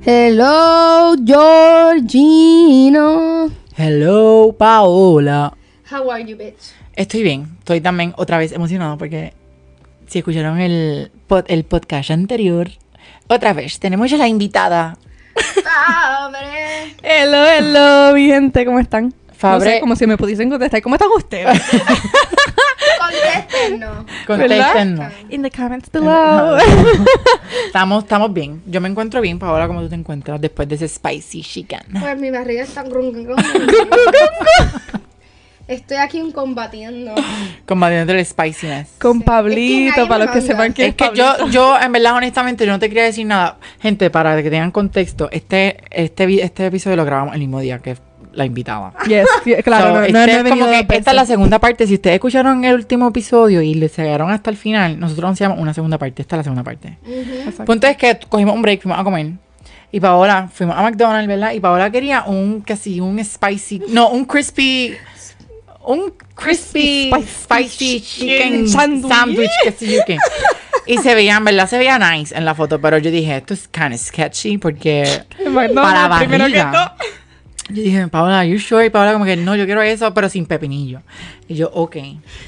Hello, Georgino. Hello, Paola. How are you, bitch? Estoy bien. Estoy también otra vez emocionado porque si escucharon el, pod- el podcast anterior, otra vez tenemos ya la invitada. ¡Abre! Hello, hello, mi gente, ¿cómo están? No Fabre. sé, como si me pudiesen contestar. ¿Cómo están ustedes? Contéstenos. Contéstenos. In the comments below. Estamos, estamos bien. Yo me encuentro bien, Paola, como tú te encuentras después de ese spicy chicken. Pues mi barriga está grum, grum, grum. Estoy aquí un combatiendo. Combatiendo el spiciness. Con Sí. Pablito, Es que nadie para me los que manda. sepan que Es que yo, yo, en verdad, honestamente, yo no te quería decir nada. Gente, para que tengan contexto, este, este, vi- este episodio lo grabamos el mismo día que la invitaba. Yes, yeah, claro, So, no, no, este no es he venido como que dos veces. esta es la segunda parte. Si ustedes escucharon el último episodio y le llegaron hasta el final, nosotros anunciamos una segunda parte. Esta es la segunda parte. Ujú. Exacto. Punto es que cogimos un break, fuimos a comer. Y Paola, fuimos a McDonald's, ¿verdad? Y Paola quería un, casi un spicy, no, un crispy, un crispy, Spicy spicy chicken chicken sandwich. sandwich, que sí, you can. Y se veía, en verdad, se veía nice en la foto, pero yo dije, esto es kind of sketchy porque Bueno, para no, primero que barriga. todo. yo dije, Paola, are you sure? Y Paola como que, no, yo quiero eso, pero sin pepinillo. Y yo, ok.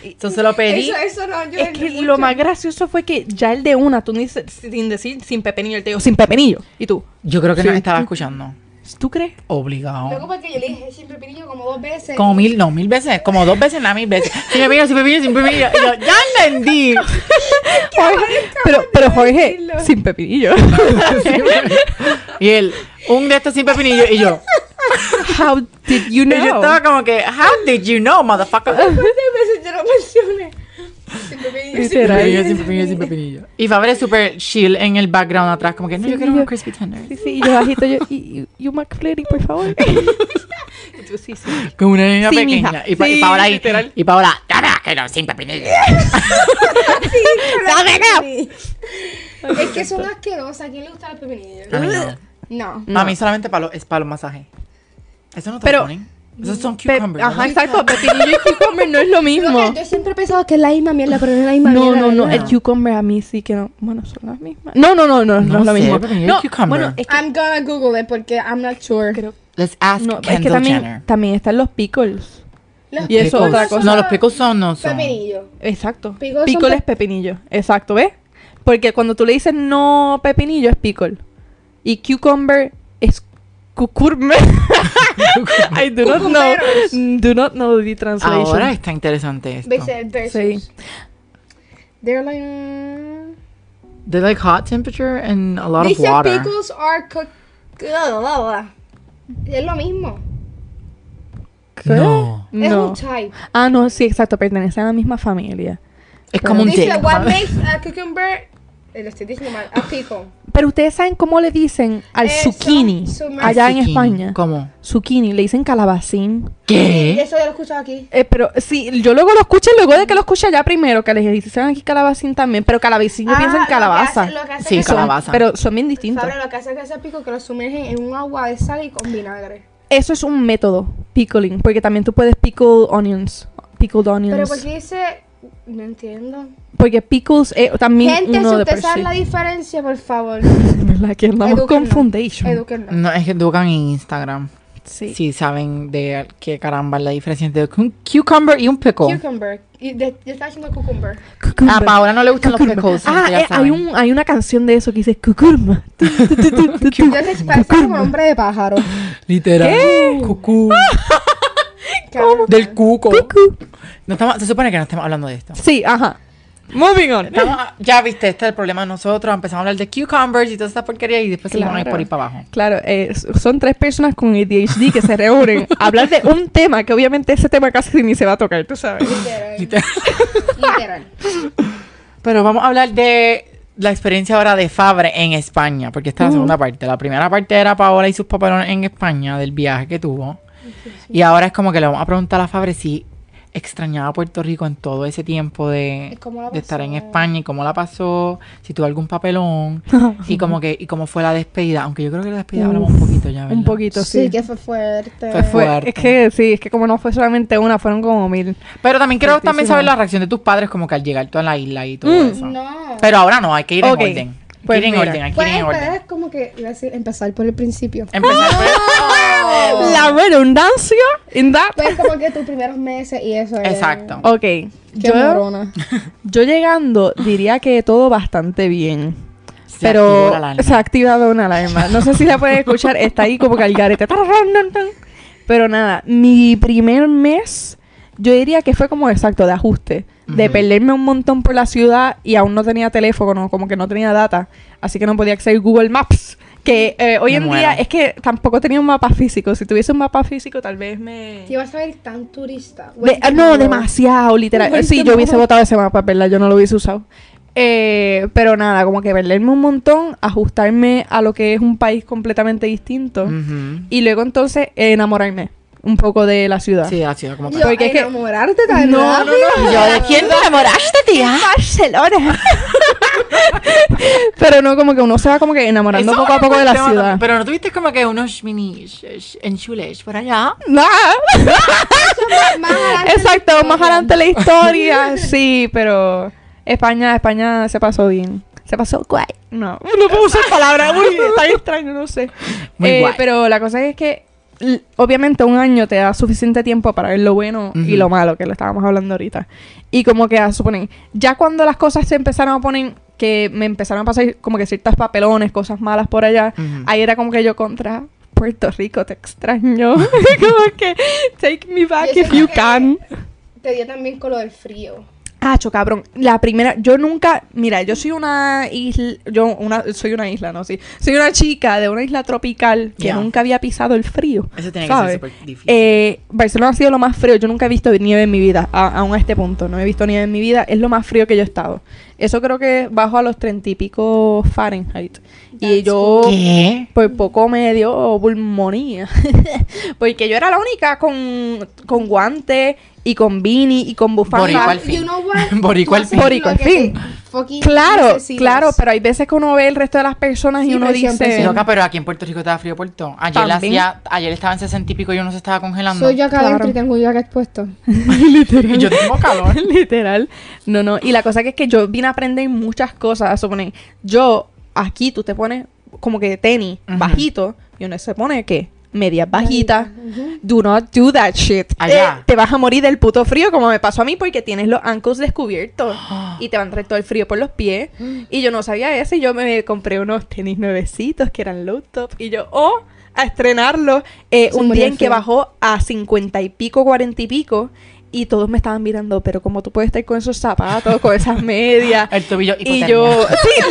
Entonces lo pedí. Eso, eso no, yo Es que lo más gracioso fue que ya el de una, tú ni se- sin decir sin pepenillo, el te digo sin pepenillo. Y tú, Yo creo que Sí. no estaba escuchando. ¿tú crees? Loco, Obligado. porque yo le dije sin pepinillo como dos veces. Como mil, no, mil veces. Como dos veces, nada, mil veces. Sin pepinillo, sin pepinillo, sin pepinillo. Y yo, ya entendí. Jorge, pero, pero Jorge, decirlo. sin pepinillo. Y él, un de estos sin pepinillo. Y yo, How did you y yo know? estaba como que, how did you know, motherfucker? ¿Cuántas veces yo lo mencioné? Sin pepinillo. sin- Sin Literal. pepinillo, sin pepinillo, sin pepinillo. Y Fabre es súper chill en el background atrás, como que, no, Sí, yo quiero yo- un crispy tender. Sí, sí, y yo bajito, yo, y, y, y un McFlurry, por favor. Y tú, sí, sí. Con una niña Sí, pequeña. mija. Y, pa- y Sí, Paola ahí. literal. Y Paola, "Dame aquello sin pepinillo. ¡Dame no! Es que son asquerosas. ¿A quién le gusta el pepinillo? A mí no. No. A mí solamente para los, es para los masajes. Eso no te Pero- lo ponen. Esos son Pe- cucumbers. Ajá, ¿no? exacto. Pepinillo y cucumber no es lo Lo mismo. que yo siempre he pensado que es la misma mierda, pero no es la misma No, mierda. no, no. ¿verdad? El cucumber a mí sí que no. Bueno, son las mismas. No, no, no, no, no, No es lo sé, mismo. pepinillo y No, cucumber. bueno, es que, I'm gonna Google it porque I'm not sure. creo- Let's ask no, es Kendall que también, Jenner. también están los pickles. Los Y eso picos otra son cosa. No, los picos son, no son. Pepinillo. Exacto. Pickles son Pickles es pepinillo. Exacto, ¿ves? Porque cuando tú le dices no pepinillo es pickle. Y cucumber es cucurme. I do not know. Cucumberos. Do not know the translation. Ahora está interesante esto. Dice versus. Sí. They're like. mm. They like hot temperature and a lot of Dice water. pickles are cooked. Es lo mismo. ¿Qué? No. Es No. un type. Ah, no, sí, exacto. Pertenecen a la misma familia. Es como un Dice, dick. what makes a cucumber. eh, Lo estoy diciendo mal. A pickle. Pero ustedes saben cómo le dicen al Eso, zucchini sumer- allá en Zucchini. España. ¿Cómo? Zucchini, le dicen calabacín. Y ¿Qué? Eso ya lo he escuchado aquí. Eh, pero sí, yo luego lo escuché, luego de que lo escuché allá primero, que les dicen aquí calabacín también, pero calabacín yo Ah, pienso en lo que calabaza. hace- lo que hace Sí, que Son- son- calabaza. Pero son bien distintos. Fabra, lo que hace es que ese pico que lo sumergen en un agua de sal y con vinagre. Eso es un método, pickling, porque también tú puedes pickle onions. Pickled onions. Pero porque dice. No entiendo. Porque pickles eh, también Gente, uno si de usted per sabe sí. la diferencia, por favor. ¿Verdad? Que andamos con Edúquennos. foundation. Edúquennos. No, es que educan en Instagram. sí. Si saben de qué caramba es la diferencia entre un cucumber y un pickle. Cucumber. Y de- Yo estaba diciendo cucumber. A Cucumber. Paola no le gustan los Cucurma. pickles. Ah, ya eh, hay, saben. un, hay una canción de eso que dice cucurma. Tu, tu, tu, tu, tu, tu. Yo te parece como nombre de pájaro. Literal. Cucú. Cabrón. Del cuco. Cucu. No estamos, se supone que no estamos hablando de esto. Sí, ajá. Moving on. Estamos, ya viste, este es el problema de nosotros. Empezamos a hablar de cucumbers y toda esta porquería y después se van a ir Claro. por ahí para abajo. Claro, eh, s- son tres personas con ADHD que se reúnen a hablar de un tema que obviamente ese tema casi ni se va a tocar, tú sabes. Literal. Literal. Literal. Pero vamos a hablar de la experiencia ahora de Fabre en España, porque esta es la Mm. segunda parte. La primera parte era Paola y sus papelones en España, del viaje que tuvo. Y ahora es como que le vamos a preguntar a Fabre si extrañaba a Puerto Rico en todo ese tiempo de, ¿Y cómo la de estar en pasó? España y cómo la pasó, si tuvo algún papelón y como que y cómo fue la despedida. Aunque yo creo que la despedida hablamos un poquito ya, ¿verdad? Un poquito, sí. Sí, que fue fuerte. Fue fuerte. Fue- es que sí, es que como no fue solamente una, fueron como mil. Pero también quiero también Fuertísimo. saber la reacción de tus padres como que al llegar tú a la isla y todo Mm. eso. No. Pero ahora no, hay que ir Ok. en orden. Pues ir en mira. orden, aquí ir Puedes en orden. empezar como que, iba a decir, empezar por el principio. Empezar pues. por... Em, La redundancia in that. Oh. Pues como que tus primeros meses y eso. eh, Exacto. Ok. Qué Yo, morona. yo llegando diría que todo bastante bien. Se pero activa la alarma. se ha activado una alarma. No sé si la pueden escuchar, está ahí como que al garete. Tararán, tan, tan. Pero nada, mi primer mes, yo diría que fue como exacto, de ajuste. De Ujú. perderme un montón por la ciudad y aún no tenía teléfono, como que no tenía data. Así que no podía acceder Google Maps. Que eh, hoy Me en muero. día es que tampoco tenía un mapa físico. Si tuviese un mapa físico, tal vez me. Te ibas a ver tan turista. De- ah, no, demasiado, literal. Ay, Sí, qué yo hubiese mal. votado ese mapa, ¿verdad? Yo no lo hubiese usado. Eh, pero nada, como que perderme un montón, ajustarme a lo que es un país completamente distinto. Mm. Ujú. Y luego entonces enamorarme un poco de la ciudad. Sí, ha sido como Ah, Yo, tal. Porque es que- enamorarte tan No, no, no. rápido. Yo, ¿de quién te enamoraste, tía? Barcelona. pero no, como que uno se va como que enamorando Eso poco a me poco de la cuesta, ciudad. Pero no tuviste como que unos mini sh- sh- enchules por allá. Nada. Más adelante Exacto, en más la historia. adelante la historia, sí, pero España, España se pasó bien. Se pasó guay. No, no puedo usar palabras, uy, está bien extraño, no sé. Muy Eh, guay. pero la cosa es que l- obviamente un año te da suficiente tiempo para ver lo bueno y Ujú. lo malo que lo estábamos hablando ahorita. Y como que a suponer, ya cuando las cosas se empezaron a poner que me empezaron a pasar como que ciertos papelones, cosas malas por allá, Ujú. ahí era como que yo contra Puerto Rico te extraño. como que take me back Yo if siento you que- can. Te dio también con lo del frío. Hacho, cabrón. La primera, yo nunca, mira, yo soy una isla, yo una, soy una isla, no, sí. Soy una chica de una isla tropical que Ya. nunca había pisado el frío. Eso tiene que ¿sabes? ser súper difícil. Eh, Barcelona ha sido lo más frío. Yo nunca he visto nieve en mi vida, a- aún a este punto. No he visto nieve en mi vida. Es lo más frío que yo he estado. Eso creo que bajo a los treinta y pico Fahrenheit. y That's yo ¿Qué? por poco me dio pulmonía. Porque yo era la única con, con guantes y con beanie y con Boricua bufanda. al fin. You know what? Boricua al Tú fin. haces Boricua lo al que fin. te fucking Claro, necesitas. claro, pero hay veces que uno ve el resto de las personas y Sí, uno presión, dice... presión. Loca, pero aquí en Puerto Rico estaba frío Puerto. Ayer, También. hacía, ayer estaba en 60 y pico y uno se estaba congelando. Soy yo acá Claro. adentro y tengo yo acá expuesto. Y yo tengo calor. Literal. No, no. Y la cosa que es que yo vine a aprender muchas cosas. A suponer, yo aquí tú te pones como que tenis Ujú. bajito y uno se pone que medias bajitas. Ujú. Do not do that shit. Allá. Eh, te vas a morir del puto frío como me pasó a mí porque tienes los ankles descubiertos y te va a entrar todo el frío por los pies. Y yo no sabía eso y yo me compré unos tenis nuevecitos que eran low top y yo, oh, a estrenarlos. Eh, Se un murió día el en que frío. bajó a 50 y pico, 40 y pico y todos me estaban mirando, pero como tú puedes estar con esos zapatos, con esas medias. El tobillo y hipotermia. yo,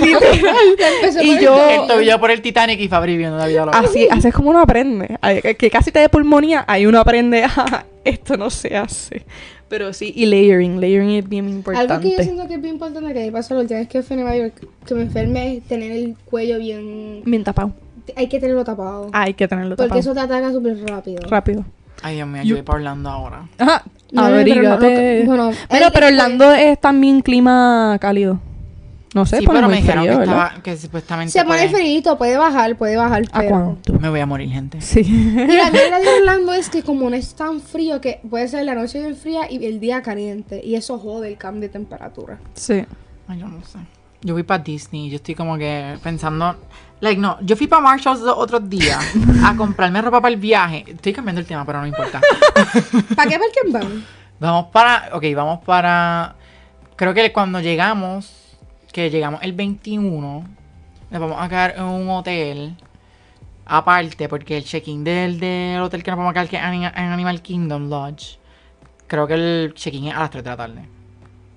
sí, literal. Empezó Y por el yo- todo. El tobillo por el Titanic y Fabri viendo la vida loca. Así, así es como uno aprende. Ay, que- Que casi te dé pulmonía, ahí uno aprende, "Ah, esto no se hace. Pero sí, y layering, layering es bien Algo que yo importante. siento que es bien importante que me pasó la última vez que fui a Nueva York, que me enfermé, es tener el cuello bien... Bien tapado. Hay que tenerlo tapado. Hay que tenerlo porque Ah, tapado. eso te ataca súper rápido. Rápido. Ay, Dios mío, Yo- yo voy para Orlando ahora. Ajá. No, no, pero no, averígate. no, bueno, Bueno, hay- pero Orlando es también clima cálido. No sé, Sí, por pero lo me dijeron que, ¿verdad? estaba, que supuestamente. Se pone puede- frío, puede bajar, puede bajar. ¿A pero- cuánto? Me voy a morir, gente. Sí. Y la mierda de Orlando es que como no es tan frío, que puede ser la noche bien fría y el día caliente. Y eso jode el cambio de temperatura. sí. Ay, yo no sé. Yo fui para Disney, yo estoy como que pensando. Like, no, yo fui para Marshalls los otros días a comprarme ropa para el viaje. Estoy cambiando el tema, pero no importa. ¿Para qué parquen van? Vamos para. Ok, vamos para. Creo que cuando llegamos, que llegamos el 21, nos vamos a quedar en un hotel. Aparte, porque el check-in del, del hotel que nos vamos a quedar, que es Ani- en Animal Kingdom Lodge, creo que el check-in es a las 3 de la tarde.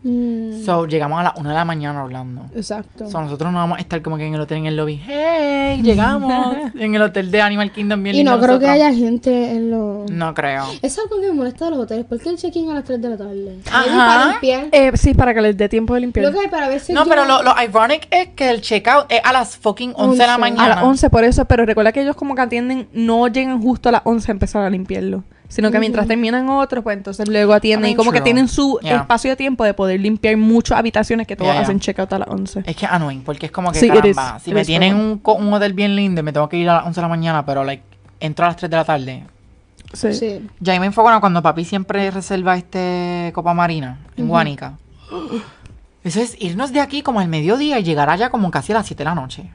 Mm. So, llegamos a las 1 de la mañana hablando. Exacto. So, nosotros no vamos a estar como que en el hotel, en el lobby. ¡Hey! Llegamos. en el hotel de Animal Kingdom, bien y no lindo creo que nosotros. haya gente en los... No creo. Es algo que me molesta de los hoteles. ¿Por qué el check-in a las 3 de la tarde? Ajá. Maybe Para limpiar. Eh, sí, para que les dé tiempo de limpiar. Lo que para ver si No, yo- pero lo, lo ironic es que el checkout es a las fucking 11, de la Once. mañana. A las 11 por eso, pero recuerda que ellos como que atienden, no llegan justo a las 11 a empezar a limpiarlo, sino que mientras terminan otros, pues entonces luego atienden I mean, y como que true. tienen su Yeah. espacio de tiempo de poder limpiar muchas habitaciones que todos Yeah, Eh, yeah. hacen checkout a las 11. Es que annoying, porque es como que Sí, it is. caramba, si It me is tienen annoying. un, co- un hotel bien lindo y me tengo que ir a las 11 de la mañana, pero like entro a las 3 de la tarde. Sí. Sí. Ya ahí me enfoco cuando papi siempre reserva este Copa Marina en Guanica. Eso es irnos de aquí como al mediodía y llegar allá como casi a las 7 de la noche.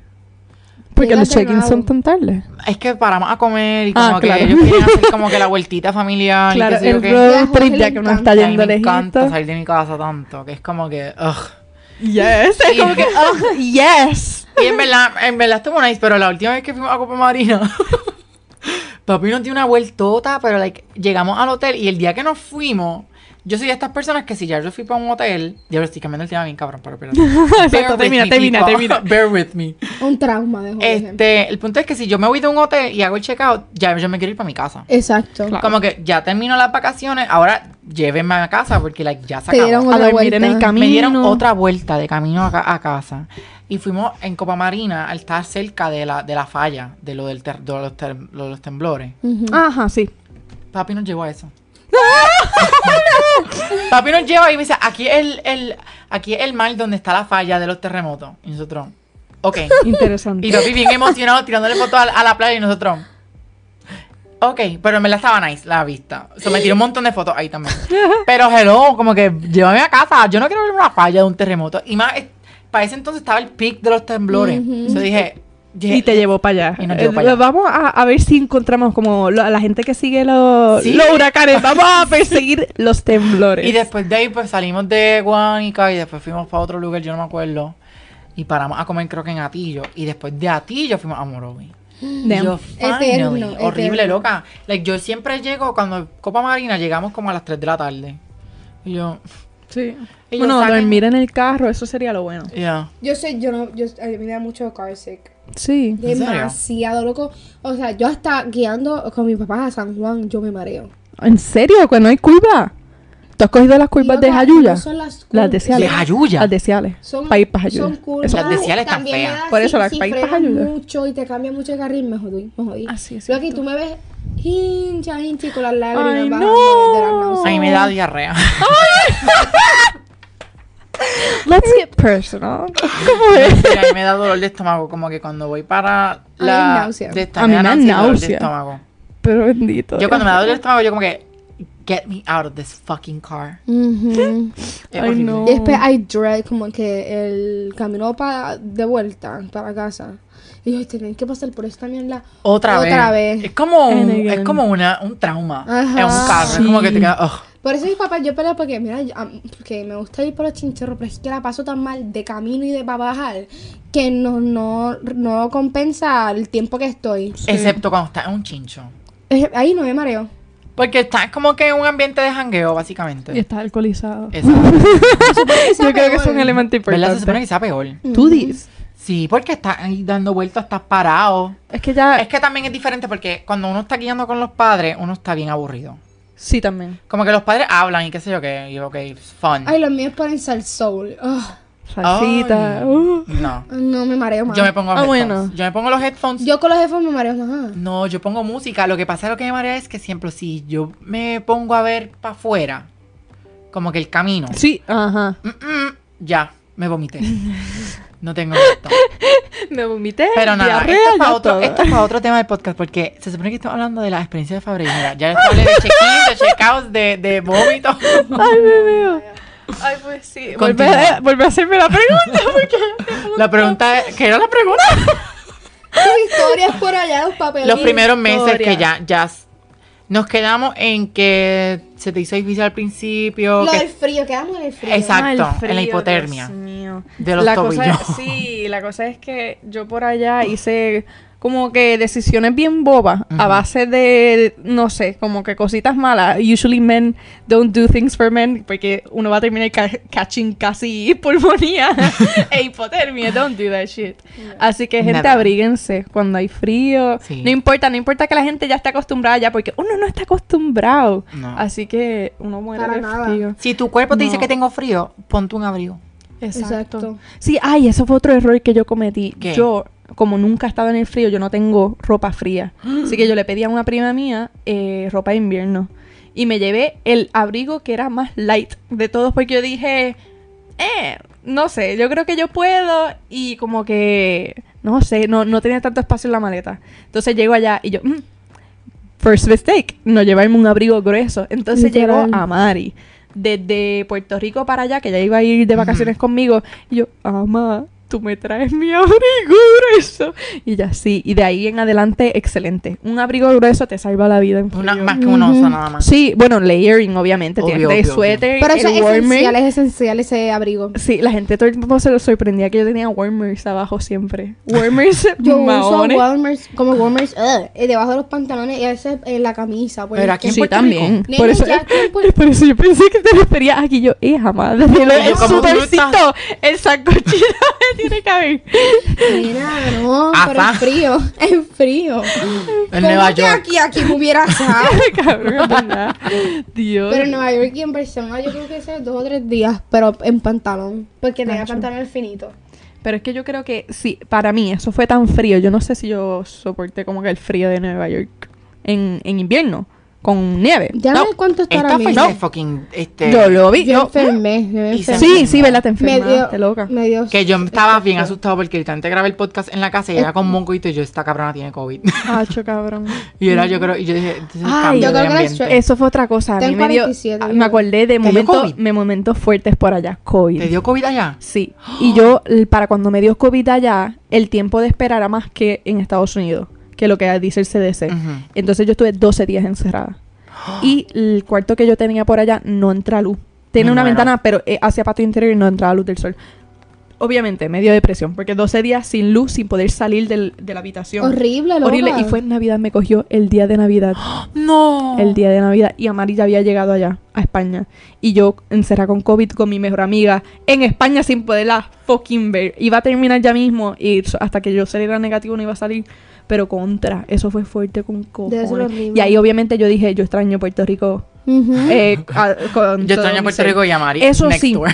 Porque Porque los los Llega check-ins check-ins son son cenado. tan tarde. Es que paramos a comer y como Ah, que claro. ellos quieren hacer como que la vueltita familiar. y Claro, qué sé yo el qué. Ya, road Jorge trip le ya que uno encanta. está Y a mí yendo me encanta lejito. salir de mi casa tanto, que es como que, ugh. Yes, es como que, oh, "Ah, yes. Y en verdad, en verdad estuvo nice, pero la última vez que fuimos a Copa Marina, papi nos dio una vueltota, pero like, llegamos al hotel y el día que nos fuimos, yo soy de estas personas que si ya yo fui para un hotel, ya lo estoy cambiando el tema bien cabrón, pero espérate. Bear with termina, me, termina, people. termina. Bear with me. Un trauma de joven. Este, el punto es que si yo me voy de un hotel y hago el checkout, ya yo me quiero ir para mi casa. Exacto. Claro. Como que ya termino las vacaciones, ahora llévenme a casa porque like, ya se Te acabó. dieron A una dormir en vuelta. el camino. Me dieron otra vuelta de camino a, ca- a casa. Y fuimos en Copa Marina al estar cerca de la, de la falla, de lo, del ter- de los, ter- lo de los temblores. Ujú. Ajá, sí. Papi nos llevó a eso. Papi nos lleva y me dice, aquí es el, el- aquí es el mar donde está la falla de los terremotos. Y nosotros, ok. Y Interesante. papi bien emocionado tirándole fotos a, a la playa y nosotros. Ok, pero me la estaba nice la vista. O sea, me tiró un montón de fotos ahí también. Pero hello, como que llévame a casa. Yo no quiero ver una falla de un terremoto. Y más, eh, para ese entonces estaba el pic de los temblores. Ujú. Entonces dije, dije, Y te llevó para allá. Y nos llevó Eh, para allá. Vamos a, a ver si encontramos como lo- a la gente que sigue los, Sí. los huracanes. Vamos a perseguir los temblores. Y después de ahí, pues salimos de Guánica y después fuimos para otro lugar, yo no me acuerdo. Y paramos a comer, creo que en Atillo. Y después de Atillo fuimos a Morovi. Damn. Yo, Eterno, finally, horrible, eterno. loca. Like, yo siempre llego, cuando Copa Marina, llegamos como a las 3 de la tarde. Y yo, Sí. Y Bueno, lo saquen. dormir en el carro, eso sería lo bueno. yeah. Yo sé, yo no, yo, a mí me da mucho car sick. Sí. ¿En serio? Demasiado loco. O sea, yo hasta guiando con mis papás a San Juan, yo me mareo. ¿En serio? Cuando hay curva. ¿Tú has cogido las curvas de Loca, Jayuya? no son las Las curvas. de Ciales. ¿De Jayuya? Las de Ciales. Son, Para ir para Jayuya. son curvas. Eso- Las de Ciales están También me feas. da Por si- eso las si para ir para frenas Jayuya. mucho y te cambia mucho el carril, me jodí, me jodí. Ah, sí, es Yo aquí cierto. tú me ves hincha, hincha y con las lágrimas Ay, bajando no. de las náuseas. A mí me da diarrea. Let's get personal. ¿Cómo es? Mira, a mí me da dolor de estómago, como que cuando voy para mí la... náusea. de esta- A mí me da y dolor de náusea. estómago. Pero bendito. Yo cuando me da dolor de estómago, yo como que, get me out of this fucking car. Ujú. Es Ay, horrible. no. Y después hay dread, como que el camino pa- de vuelta para casa. Y yo, tienen que pasar por esta mierda. Otra, Otra vez. vez. Es como, un, And again. es como una, un trauma. Ajá. Es un carro. Es como que te queda. ugh. Por eso mis papás, yo peleo porque, mira, yo- am- porque me gusta ir por los chinchorros, pero es que la paso tan mal de camino y de para bajar que no, no, no compensa el tiempo que estoy. Excepto cuando estás en un chincho. Eh, Ahí no me mareo. Porque estás como que en un ambiente de jangueo, básicamente. Y estás alcoholizado. Exacto. Yo creo que es un elemento ¿Verdad? Se importante. supone que sea peor. Tú dices. Sí, porque estás ahí dando vueltas, estás parado. Es que ya. Es que también es diferente porque cuando uno está guiando con los padres, uno está bien aburrido. Sí, también. Como que los padres hablan y qué sé yo qué. Y ok, it's fun. Ay, los míos ponen sal soul. Ugh, Salsita. Ay. uh. No. no me mareo más. Yo me pongo Ah, headphones. bueno. Yo me pongo los headphones Yo con los jefes me mareo más. No, yo pongo música. Lo que pasa, lo que me marea es que siempre, si yo me pongo a ver para afuera, como que el camino, Sí, ajá. mm, mm, ya, me vomité. No tengo esto. Me vomité. Pero nada, diarrea, esto es, para ya otro, todo. esto es para otro tema del podcast, porque se supone que estamos hablando de la experiencia de Fabre. Y Mira, ya les hablé de check-in, de check-outs, de, de vómito. Ay, me veo. Ay, pues sí. Vuelve Continúa. a, vuelve a hacerme la pregunta porque. La pregunta es, ¿qué era la pregunta? Tus historias por allá, los papeles. Los primeros meses historia. que ya, ya s- nos quedamos en que se te hizo difícil al principio. Lo que- del frío, quedamos en el frío. Exacto. en la hipotermia. Dios mío. De los la cosa tobillos. es- sí, la cosa es que yo por allá hice como que decisiones bien bobas a Ujú. base de, no sé, como que cositas malas. Usually men don't do things for men porque uno va a terminar ca- catching casi pulmonía e hipotermia. Don't do that shit. Así que gente, Nada. abríguense cuando hay frío. Sí. No importa, no importa que la gente ya esté acostumbrada ya porque uno no está acostumbrado. No. Así que uno muere Para de nada. frío. Si tu cuerpo te dice No. que tengo frío, ponte un abrigo. Exacto. Sí, ay, eso fue otro error que yo cometí. ¿Qué? Yo, como nunca he estado en el frío, yo no tengo ropa fría. Así que yo le pedí a una prima mía eh, ropa de invierno. Y me llevé el abrigo que era más light de todos porque yo dije, eh, no sé, yo creo que yo puedo. Y como que, no sé, no, no tenía tanto espacio en la maleta. Entonces llego allá y yo, mm, first mistake, no llevarme un abrigo grueso. Entonces llegó Literal. a Mari. desde Puerto Rico para allá, que ya iba a ir de vacaciones conmigo. Y yo, ama, tú me traes mi abrigo grueso. Y ya sí, y de ahí en adelante, excelente. Un abrigo grueso te salva la vida. en Una, frío. más que un oso nada más. Sí, bueno, layering, obviamente. Tienes Obvio, de obvio, obvio. suéter, Pero eso el es warmer. esencial, es esencial ese abrigo. Sí, la gente todo el tiempo se lo sorprendía que yo tenía warmers abajo siempre. Warmers, Yo maones. uso warmers, como warmers, ugh, eh, debajo de los pantalones y a veces en la camisa. pues, porque- Pero aquí en Sí, Puerto también. Por Rico. Nene, eso, ya aquí en Puerto- por eso yo pensé que te referías aquí. Yo, eh, jamás. Desde lo- Y yo el como, sudorcito, el sacochito me tiene que haber. Mira, no, pero Apa. es frío, es frío. En ¿Cómo Nueva que York. aquí, aquí me hubiera asado? Cabrón, es verdad. Dios. Pero en Nueva York y en Barcelona yo creo que hice dos o tres días, pero en pantalón, porque tenía Nacho. pantalón finito. Pero es que yo creo que sí, para mí eso fue tan frío. Yo no sé si yo soporté como que el frío de Nueva York en, en invierno, con nieve. Ya no, No, sé cuánto estará Esta mi fue No, de fucking. Este, Yo lo vi. Yo yo- enfermé, yo me Y se- enfermé. sí, sí, ¿verdad? Te me enfermaste, dio, loca. me dio- Que yo estaba bien asustado porque el tanto grabé el podcast en la casa y era con Monco y yo, esta cabrona tiene COVID. Hacho, cabrón. y era yo creo, y yo dije, entonces Ay, cambio yo de creo que la ambiente. estre- Eso fue otra cosa. A mí Ten me dio. 47, ah, yo- Me acordé de dio momentos, COVID? de momentos fuertes por allá. COVID. ¿Te dio COVID allá? Sí. Y yo, l- para cuando me dio COVID allá, el tiempo de esperar era más que en Estados Unidos, que lo que dice el CDC. Ujú. Entonces yo estuve 12 días encerrada. Y el cuarto que yo tenía por allá no entra luz. Tiene Me una muero. ventana, pero eh, hacia patio interior y no entraba luz del sol. Obviamente, me dio depresión, porque 12 días sin luz, sin poder salir del- de la habitación. horrible, loca. Horrible. Y fue en Navidad, me cogió el día de Navidad. No. el día de Navidad y Amari ya había llegado allá, a España. Y yo encerrada con COVID con mi mejor amiga en España sin poderla fucking ver. Iba a terminar ya mismo y so- hasta que yo saliera negativo no iba a salir. Pero contra, eso fue fuerte con Debe ser cojones. horrible. Y ahí obviamente yo dije, yo extraño Puerto Rico. Ujú. eh, a- con Yo todo extraño mi Puerto ser. Rico y a Mari. Eso next sí. door.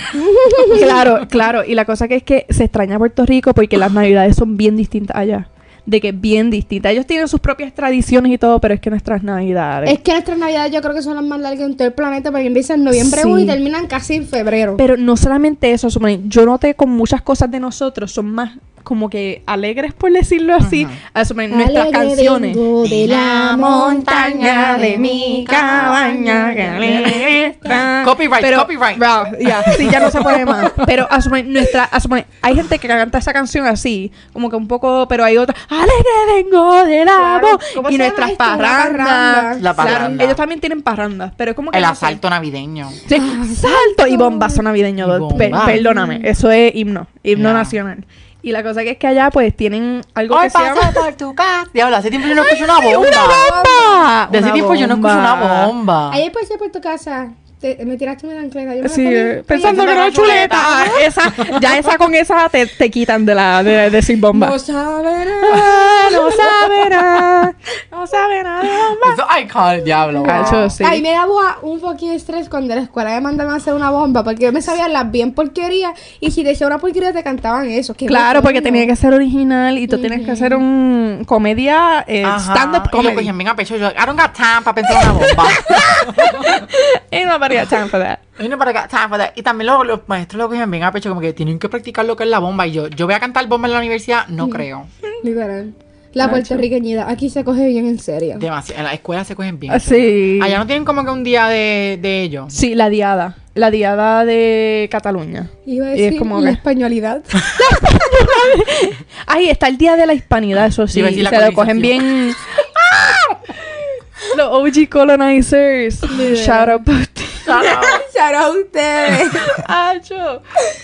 claro, claro. Y la cosa que es que se extraña Puerto Rico porque las navidades son bien distintas allá. De que bien distintas. Ellos tienen sus propias tradiciones y todo, pero es que nuestras navidades. Es que nuestras navidades yo creo que son las más largas en todo el planeta porque empiezan en noviembre Sí. uno y terminan casi en febrero. Pero no solamente eso, supone, yo noté con muchas cosas de nosotros son más como que alegres, por decirlo así. Ajá. Ah, supone, nuestras Alegre canciones. vengo de la montaña de mi mi cabaña que alegre Copyright, Pero- copyright. Bra, ya, sí, ya no se puede más. Pero a supone, nuestra, a supone, hay gente que canta esa canción así, como que un poco, pero hay otra, alegre vengo de la Claro, mo-". ¿cómo Y se llama nuestras esto? Una parrandas. parranda. La Claro, parranda. ellos también tienen parrandas, pero es como que El no sé. asalto navideño. Sí, Ah, salto y bombazo navideño. Y Dol. Pe- bombazo. perdóname, eso es himno, himno Ya. nacional. Y la cosa que es que allá pues tienen algo Hoy que se llama... paso por tu casa. Diablo, hace tiempo yo no escucho una ¡Una bomba. bomba! De hace Una tiempo yo no escucho una bomba. bomba. Ayer pasé por tu casa, te- me tiraste una ancleta. Yo me la Sí, comí. eh, pensando que Una era una chuleta. chuleta. Ah, esa, ya esa con esa te, te quitan de la de, de sin bomba. No saberá. Ah, no sabe nada, no sabe nada de bomba. Eso, ay, call, diablo. Cacho, sí. Ay, me daba un poquito de estrés cuando en la escuela me mandaban a hacer una bomba porque yo me sabía las bien porquerías y si decía una porquería te cantaban eso. qué Claro, porque bochorno. tenía que ser original y tú tenías que hacer un comedia, eh, Ajá. stand-up Y lo comedy. cogían bien a pecho. Yo, I don't got time para pensar en una bomba. Ain't nobody got time for that. Ay, no, para acá, time for that. Y también lo- los maestros lo cogían bien a pecho, como que tienen que practicar lo que es la bomba. Y yo, yo voy a cantar bomba en la universidad, no creo. Literal. La Nacho. puertorriqueñidad aquí se coge bien en serio. Demasiado. En la escuela se cogen bien. Ah, sí. Allá no tienen como que un día de, de ellos. Sí, la diada. La diada de Cataluña. Iba a Y es decir como la que- españolidad. Ahí está el día de la hispanidad, eso sí. Iba a decir la se lo cogen colonización. bien. ¡Ah! Los OG colonizers. Shout out para usted. Shout out a ustedes. Acho.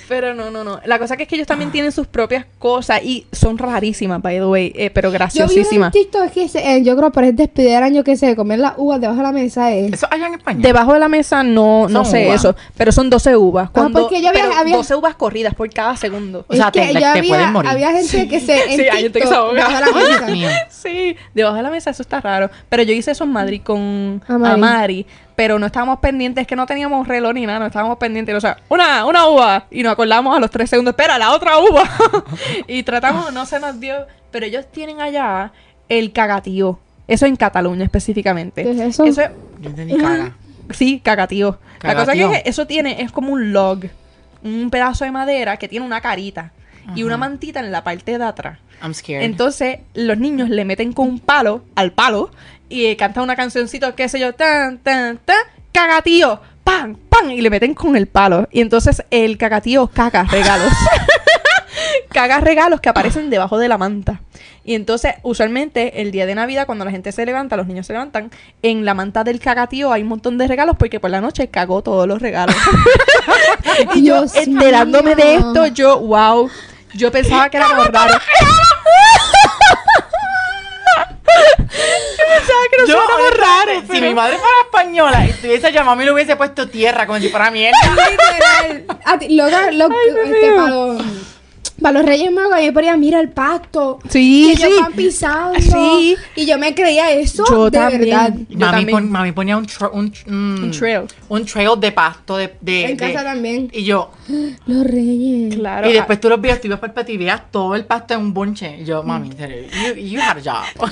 Pero no, no, no. La cosa que es que ellos también tienen sus propias cosas y son rarísimas, by the way, eh, pero Yo vi un graciosísimas. TikTok que se, eh, yo creo para el despedir del año que se comer las uvas debajo de la mesa eh. es. Eso allá en España. Debajo de la mesa no, no Son sé uvas. eso, pero son 12 uvas. Cuando, Ah, porque yo había- pero había- 12 uvas corridas por cada segundo. O sea, te- te- yo te había, pueden morir. había gente que se. en Sí, hay gente que se TikTok ahoga. debajo de la Dios mesa. mío. Sí, debajo de la mesa eso está raro. Pero yo hice eso en Madrid con Amari. Amari. pero no estábamos pendientes, que no teníamos reloj ni nada, no estábamos pendientes. O sea, una, una uva. Y nos acordamos a los tres segundos, espera, la otra uva. y tratamos, no se nos dio. Pero ellos tienen allá el cagatío. Eso en Cataluña específicamente. ¿Qué es eso? es- Yo entendí cara. sí, cagatío. La cosa Cagatío. que es que eso tiene es como un log, un pedazo de madera que tiene una carita y una mantita en la parte de atrás. I'm scared. Entonces, los niños le meten con un palo al palo y eh, canta una cancioncita, qué sé yo, tan, tan, tan, cagatío. ¡pam! ¡pam! Y le meten con el palo. Y entonces el cacatío caga regalos. caga regalos que aparecen debajo de la manta. Y entonces, usualmente, el día de Navidad, cuando la gente se levanta, los niños se levantan, en la manta del cagatío hay un montón de regalos porque por la noche cagó todos los regalos. y yo, Dios enterándome de mío. esto, yo, wow, yo pensaba que era como raro. Yo pensaba Ah, que no Yo, era como honestamente, raro. Si pero- mi madre fuera española y estuviese llamado, a mí le hubiese puesto tierra como si fuera mierda. Literal. A ti- loca, lo- este, para los, para los Reyes Magos, yo ponía, mira el pacto. Sí, que ellos van pisando. Sí. Y yo me creía eso. Yo de también. verdad. Yo Mami, también. pon- mami ponía un, tra- un, tr- mm, Un trail. un trail de pasto de, de- En de- casa también. Y yo, Los Reyes. Claro. y ah, después tú los veías, tú ibas para y veías todo el pasto en un bonche. Y yo, Mm. mami, en serio, you, you had a job.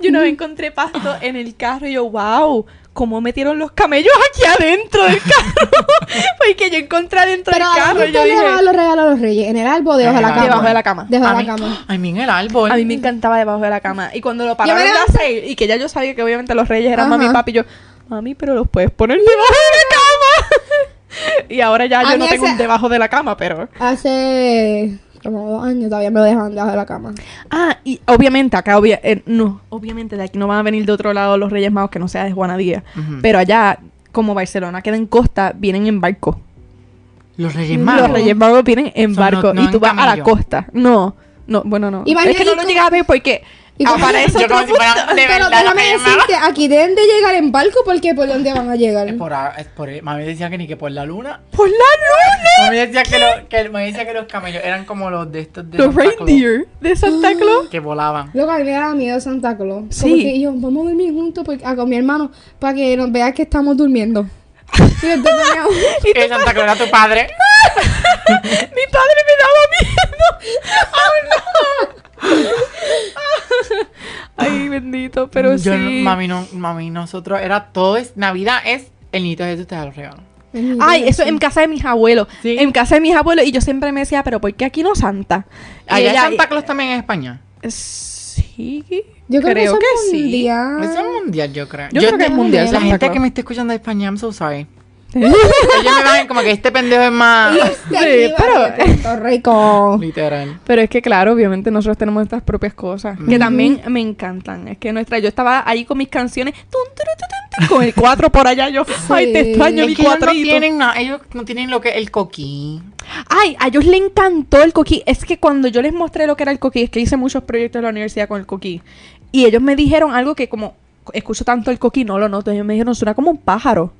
Yo no encontré pasto en el carro y yo, wow, ¿cómo metieron los camellos aquí adentro del carro? Porque yo encontré adentro Pero del carro ¿dónde y yo dije, llevaban los regalos a los Reyes? ¿En el árbol o debajo de la En el cama? debajo de la cama. Debajo a de mí, la cama. ay, mí en el árbol. A mí me encantaba debajo de la cama. Y cuando lo pararon me de levanto- hacer y que ya yo sabía que obviamente los reyes eran Ajá. mami y papi, yo, mami, pero los puedes poner debajo de la cama. y ahora ya A yo no mí tengo ese- un debajo de la cama, pero... Hace como dos años todavía me lo dejaban debajo de la cama. Ah, y obviamente acá, obvia- eh, no, obviamente de aquí no van a venir de otro lado los Reyes Magos que no sea de Juanadía. Ujú. Pero allá, como Barcelona queda en costa, vienen en barco. Los Reyes Magos. Los Reyes Magos vienen en Ah, Son- no- barco no y tú en vas a la camello. costa. No, no, bueno, no. Y van es que no lo ricos. llegas a ver porque Y Ah, como- aparece Yo otro como si fuera- punto. De Pero verdad, déjame los Reyes Magos. decirte, aquí deben de llegar en barco porque por dónde van a llegar. Es por, es por- mami decía que ni que por la luna. ¡Por la luna! Mami decía que, lo- que, mami decía que los camellos eran como los de estos de Los Santa Claus, reindeer de Santa Claus. que volaban. Loco, a mí me daba miedo Santa Claus. Como Sí. que yo, vamos a dormir juntos porque- ah, con mi hermano para que nos vea que estamos durmiendo. Y yo, "Tú tenías un-". Que Santa Claus era tu padre. Mi padre me daba miedo. ¡Oh, no! Ay, bendito, pero Yo no- sí. mami, no, mami, nosotros era todo es Navidad, es el niño de Jesús te da los regalos. Ay, eso en casa de mis abuelos. Sí. En casa de mis abuelos. Y yo siempre me decía, pero ¿por qué aquí no Santa? Y Allá ella- eh, Santa Claus también en España. Sí. Yo creo, que, eso es sí. mundial. Eso es mundial, Ah. yo creo. Yo, creo que es no mundial. sé. La Santa gente Claus. que me está escuchando de España, I'm so sorry. Ellos me ven como que este pendejo es más De aquí Sí, va pero- de Puerto Rico. literal. Pero es que, claro, obviamente nosotros tenemos nuestras propias cosas. Que también me encantan. Es que nuestra, yo estaba ahí con mis canciones. tun, turu, tun, tun, tun, con el cuatro por allá. Yo, ay, te Sí. extraño, mi Es que ellos no cuatrito. tienen nada, ellos no tienen lo que el coquí. Ay, a ellos le encantó el coquí. Es que cuando yo les mostré lo que era el coquí, es que hice muchos proyectos en la universidad con el coquí. Y ellos me dijeron algo que como escucho tanto el coquí, no lo noto. Ellos me dijeron, suena como un pájaro.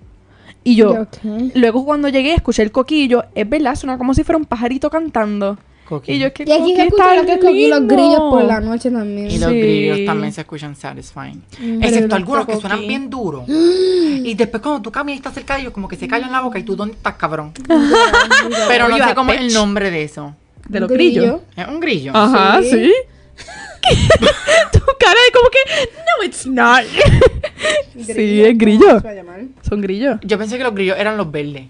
Y yo, Yo, ¿qué? luego cuando llegué, escuché el coquí y yo, es verdad, suena como si fuera un pajarito cantando. Coquí. Y yo, es que el Y aquí se coquí escucha está lo que es coquí, los lindo". grillos por la noche también. Y los Sí. grillos también se escuchan satisfying. Mm. Pero Excepto no algunos que tampoco suenan aquí. bien duro. Y después cuando tú caminas y estás cerca de ellos, como que se callan la boca y tú, ¿dónde estás, cabrón? Pero no Oye, sé cómo es apech. el nombre de eso. De los grillos. Es un grillo. Ajá, Sí. sí. tu cara de como que, no, it's not. sí, es grillo. Son grillos. Yo pensé que los grillos eran los verdes.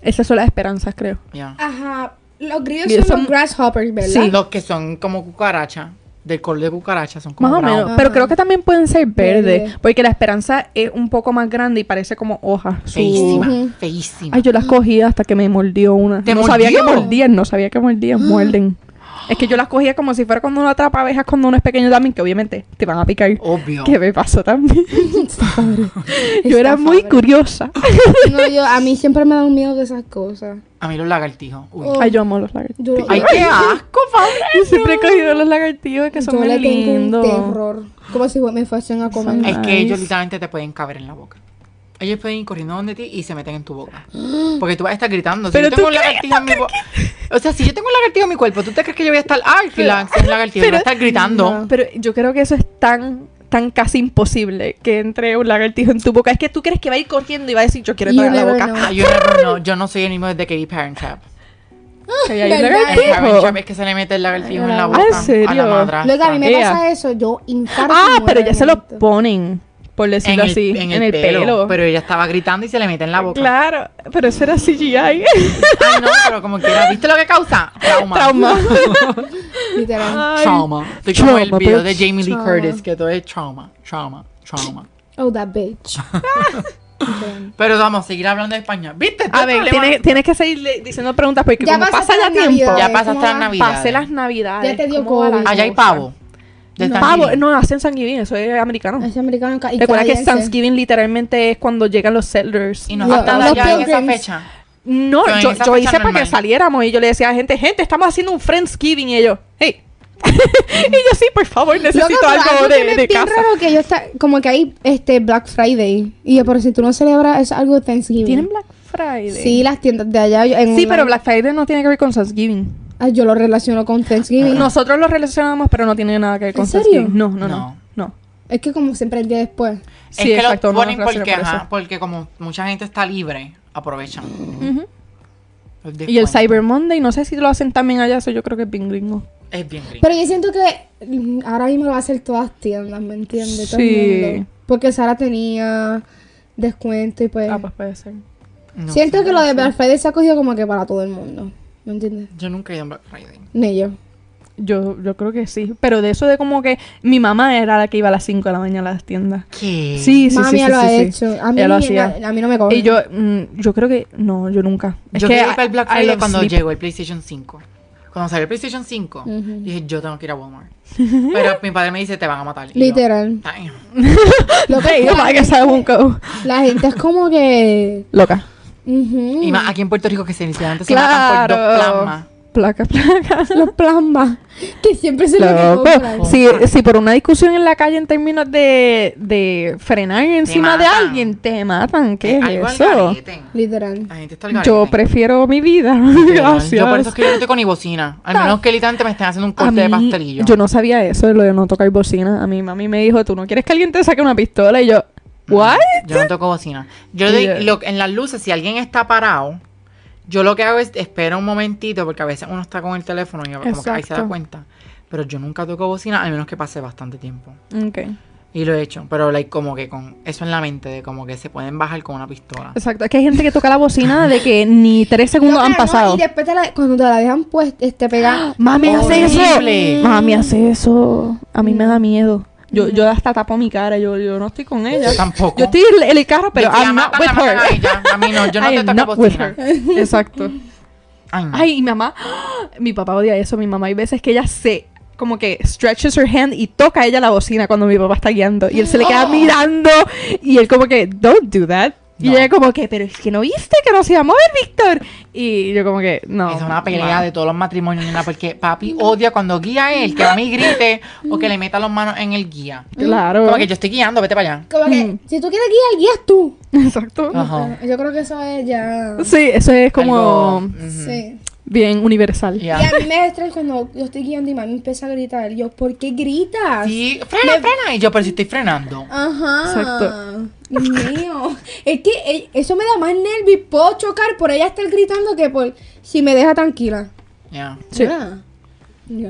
Esas son las esperanzas, creo. Ya. Ajá. Los grillos Grillos son, son- los grasshoppers, ¿verdad? Sí. Los que son como cucaracha, del color de cucaracha, son como Más o brown. menos. Pero Ajá. creo que también pueden ser verdes. Verde. Porque la esperanza es un poco más grande y parece como hoja. Su- Feísima, Ujú. feísima. Ay, yo las cogí hasta que me mordió una. ¿Te no sabía que mordió? mordían, no sabía que mordían, muerden. Es que yo las cogía como si fuera cuando uno atrapa abejas cuando uno es pequeño también, que obviamente te van a picar. Oh, Obvio. Que me pasó también. yo Está era muy padre. curiosa. No, yo, a mí siempre me dan miedo de esas cosas. A mí los lagartijos. Uy. Oh. Ay, yo amo los Yo, lagartijos. Ay, qué asco, Pablo. Yo siempre he cogido los lagartijos que son yo le muy tengo lindos. un terror. Como si me fuesen a comer. Son- Es que Nice. ellos literalmente te pueden caber en la boca. Ellos pueden ir corriendo donde ti y se meten en tu boca. Porque tú vas a estar gritando. Si Pero yo tú tengo un crees lagartijo en mi boca. O sea, si yo tengo un lagartijo en mi cuerpo, ¿tú te crees que yo voy a estar. Ay, relax, un lagartijo. Yo voy a estar gritando. Pero yo creo que eso es tan tan casi imposible que entre un lagartijo en tu boca. Es que tú crees que va a ir corriendo y va a decir, yo quiero You entrar a la never boca. know. Ah, yo, no, no, yo no soy el mismo desde que vi Parent Trap. Que hay un ¿Verdad? En Parent Trap lagartijo. es que se le mete el lagartijo en la Ah, boca. ¿en serio? A la madrastra. Luego a mí me Ea. pasa eso, yo infarto. Ah, muero pero de ya se lo momento. ponen, por en decirlo el, así, en el pelo, Pero ella estaba gritando y se le mete en la boca. Claro, pero eso era CGI. Ay, no, pero como quiera. ¿Viste lo que causa? Trauma. Trauma. Literal. Ay. Trauma. Estoy como el Trauma, video de bitch. Jamie Lee Trauma. Curtis, que todo es trauma, trauma, trauma. Oh, that bitch. Pero vamos a seguir hablando de España. ¿Viste? Este A ver, tienes, tienes que seguir le- diciendo preguntas porque Ya como pasaste pasa ya las tiempo, navidades, Ya pasaste ¿cómo las va? navidades. pasé las navidades. Ya te dio ¿cómo va la COVID. Allá hay cosa? pavo. De No. Thanksgiving. Pavo, no, hacen Thanksgiving, eso es americano. Es americano ca- y Recuerda que canadiense. Thanksgiving literalmente es cuando llegan los settlers. Y nos Lo- hasta los allá en esa pilgrims. fecha. No, Pero en yo, esa yo fecha hice para normal. que saliéramos y yo le decía a la gente, gente, estamos haciendo un Friendsgiving y ellos, hey. y yo sí, por favor, necesito Loco, pero algo, que de, me es de bien casa. raro que yo está como que hay este Black Friday y yo, pero si tú no celebras es algo de Thanksgiving. ¿Tienen Black Friday? Sí, las tiendas de allá. yo- en Sí, una- pero Black Friday no tiene que ver con Thanksgiving. Ah, yo lo relaciono con Thanksgiving. Nosotros lo relacionamos, pero no tiene nada que ver con ¿En serio? Thanksgiving. No, no, no. no. Es que como siempre el día después. es Sí, que exacto. lo no ponen nos relaciona porque, por eso. ajá, porque como mucha gente está libre, aprovechan. Ujú. los Y el descuentos. Cyber Monday, no sé si lo hacen también allá, eso yo creo que es bien gringo. Es bien rico. Pero yo siento que mm, ahora mismo lo va a hacer todas tiendas, ¿me entiendes? Todo el Sí. mundo. Porque Sara tenía descuento y pues... Ah, pues puede ser. No siento sé. que lo de Black Friday se ha cogido como que para todo el mundo. ¿Me entiendes? Yo nunca he ido a Black Friday. Ni yo. Yo, yo creo que sí. Pero de eso de como que mi mamá era la que iba a las 5 de la mañana a las tiendas. ¿Qué? Sí, sí, Mami sí, ya sí, lo sí, ha sí. hecho. A mí, Ella lo ni- hacía. a mí no me coge. Y yo, mm, yo creo que. No, yo nunca. yo que quería I- ir para el Black I Friday love cuando sleep. Mm. llegó el PlayStation 5. Cuando salió el PlayStation 5, Ujú. dije, yo tengo que ir a Walmart. Pero mi padre me dice, te van a matar. Y yo, Literal. "Ay". Lo que Hey, es que yo la, para que gente, sea un co- la gente es como que... Loca. ujú, Y más aquí en Puerto Rico que se antes se matan por dos Claro. plasmas. Placa, placa. Los plasmas. Que siempre se lo Loco. compran. Si, si por una discusión en la calle en términos de, de frenar encima de matan. Eh, alguien, te matan. ¿Qué es Algo al eso? garete. Literal. Este La gente está al garete. Yo prefiero mi vida. Gracias. Yo por eso es que yo no estoy con ni bocina. Al menos que literalmente me estén haciendo un A corte de mí- pastelillo. Yo no sabía eso de lo de no tocar bocina. A mi mami me dijo, tú no quieres que alguien te saque una pistola. Y yo, Mm. ¿what? Yo no toco bocina. Yo le doy- Yeah. lo- en las luces, si alguien está parado, yo lo que hago es espero un momentito, porque a veces uno está con el teléfono y como que ahí se da Exacto. cuenta. Pero yo nunca toco bocina, al menos que pase bastante tiempo. Ok. Y lo he hecho. Pero like, como que con eso en la mente, de como que se pueden bajar con una pistola. Exacto. Es que hay gente que toca la bocina de que ni tres segundos Loca, han no, pasado. y después te la- cuando te la dejan pues este pegada. Mami, hace Horrible. eso. Mami, hace eso. A mí me da miedo. Yo, yo hasta tapo mi cara. Yo, yo no estoy con ella. Yo tampoco. Yo estoy en el- en el carro, pero Y si la I'm not matan, with la her. matan a ella. A mí no, yo I no te am toco not with bocina. her. Exacto. Ay, no. Ay, mi mamá. Mi papá odia eso. Mi mamá hay veces que ella se como que stretches her hand y toca a ella la bocina cuando mi papá está guiando. Y él se le queda mirando y él como que, don't do that. Y No. ella como que, pero es que no viste que no se iba a mover, Víctor. Y yo como que, no. Es una pelea ma". de todos los matrimonios, nena, porque papi odia cuando guía a él, que a mí grite o que le meta las manos en el guía. Claro. Como que yo estoy guiando, vete para allá. Como que Mm. si tú quieres guiar, guías tú. Exacto. Ajá. Yo creo que eso es ya... Sí, eso es como Algo, ujú. Sí. bien universal. Ya. Y a mí me estresa cuando yo estoy guiando y mami empieza a gritar. Yo, ¿por qué gritas? Sí, frena, frena. Y yo, pero si estoy frenando. Ajá. Exacto. Dios mío. Es que eh, eso me da más nervios. Puedo chocar por ella estar gritando que por si me deja tranquila. Ya. Sí. Ah. Ya.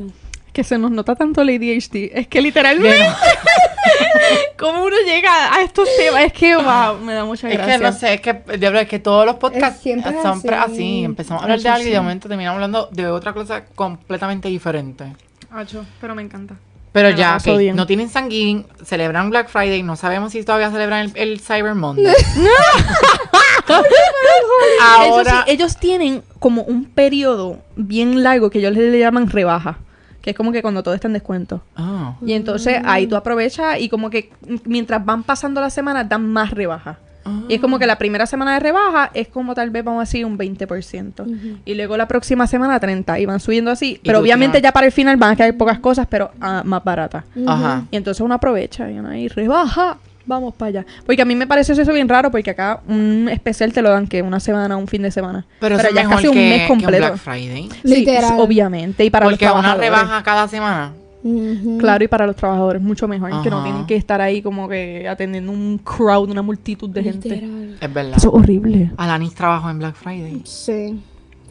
Que se nos nota tanto el ADHD. Es que literalmente, Bueno, como uno llega a estos temas, es que, wow, me da mucha es gracia. que no sé, es que, diablo, es que todos los podcasts Es siempre son pre- así. así. Empezamos a hablar de algo y de momento terminamos hablando de otra cosa completamente diferente. Acho, pero me encanta. Pero Me la ya, paso ok, bien. no tienen sanguín, celebran Black Friday, no sabemos si todavía celebran el, el Cyber Monday. Ahora, ellos, ellos tienen como un periodo bien largo que ellos le, le llaman rebaja, que es como que cuando todo está en descuento. Ah. Y entonces ahí tú aprovechas y como que mientras van pasando las semanas dan más rebaja. ah. Y es como que la primera semana de rebaja es como tal vez vamos a decir un 20%. Y luego la próxima semana 30 y van subiendo así. Pero tú obviamente tienes- ya para el final van a quedar pocas cosas, pero ah, más baratas. Ajá. Y entonces uno aprovecha y uno ahí rebaja. Vamos para allá. Porque a mí me parece eso bien raro porque acá un especial te lo dan que una semana, un fin de semana. Pero, eso es allá es mejor casi un que- mes que un completo. Black Friday. Sí, Literal. obviamente. Y para Porque los una trabajadores. rebaja cada semana. Ujú. Claro, y para los trabajadores mucho mejor. Que no Ajá. tienen que estar ahí como que atendiendo un crowd, una multitud de gente. Literal. Es verdad. Eso es horrible. Alanis trabajó en Black Friday. Sí.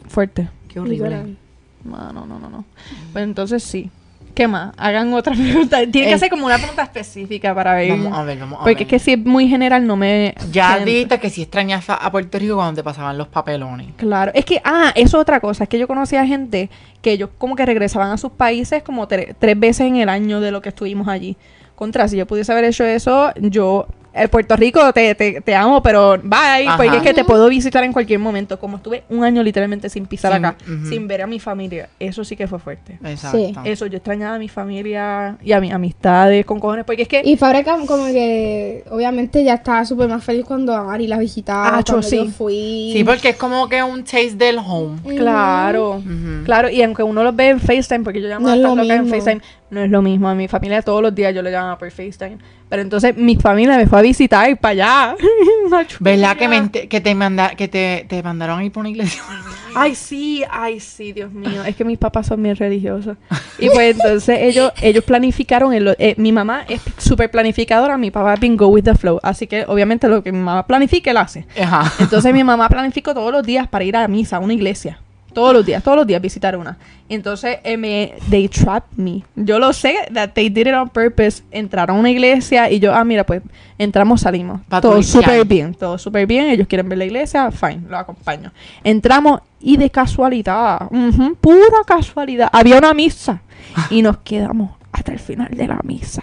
Fuerte. Qué horrible. Literal. No, no, no, no, no. Pues entonces sí. ¿Qué más? Hagan otra pregunta. Tiene Eh. que hacer como una pregunta específica para ver. Vamos a ver, vamos a ver. Porque es que si es muy general no me... Ya siento. dijiste que si extrañas a a Puerto Rico cuando te pasaban los papelones. Claro, es que, ah, eso es otra cosa, es que yo conocía gente que ellos como que regresaban a sus países como tre- tres veces en el año de lo que estuvimos allí. Contra, si yo pudiese haber hecho eso, yo eh, Puerto Rico, te, te, te amo, pero bye, Ajá. porque es que te puedo visitar en cualquier momento. Como estuve un año literalmente sin pisar Sin- acá, ujú. Ah. sin ver a mi familia, eso sí que fue fuerte. Exacto. Sí. Eso, yo extrañaba a mi familia y a mis amistades con cojones, porque es que... Y Fabreca como que obviamente ya estaba súper más feliz cuando Amari la visitaba, Ah, cho, cuando yo sí. fui. Sí, porque es como que un taste del home. Claro, Ujú. claro, y aunque uno los ve en FaceTime, porque yo llamo No a es estas lo locas en mismo. FaceTime, no es lo mismo. A mi familia todos los días yo le llamaba por FaceTime. Pero entonces mi familia me fue a visitar y para allá. Una chulera. ¿Verdad que, me ente- que, te, manda- que te, te mandaron a ir por una iglesia? Ay, sí, ay, sí, Dios mío. Es que mis papás son bien religiosos. Y pues entonces ellos, ellos planificaron. el- eh, mi mamá es súper planificadora, mi papá es bien go with the flow. Así que obviamente lo que mi mamá planifique, él hace. Ajá. Entonces mi mamá planificó todos los días para ir a misa, a una iglesia. Todos los días, todos los días visitar una. Entonces eh, me, they trapped me. Yo lo sé, that they did it on purpose. Entraron a una iglesia y yo, ah, mira, pues entramos, salimos. Pa' todo turistear. súper bien, todo súper bien. Ellos quieren ver la iglesia, fine, lo acompaño. Entramos y de casualidad, ujú, pura casualidad, había una misa y nos quedamos hasta el final de la misa.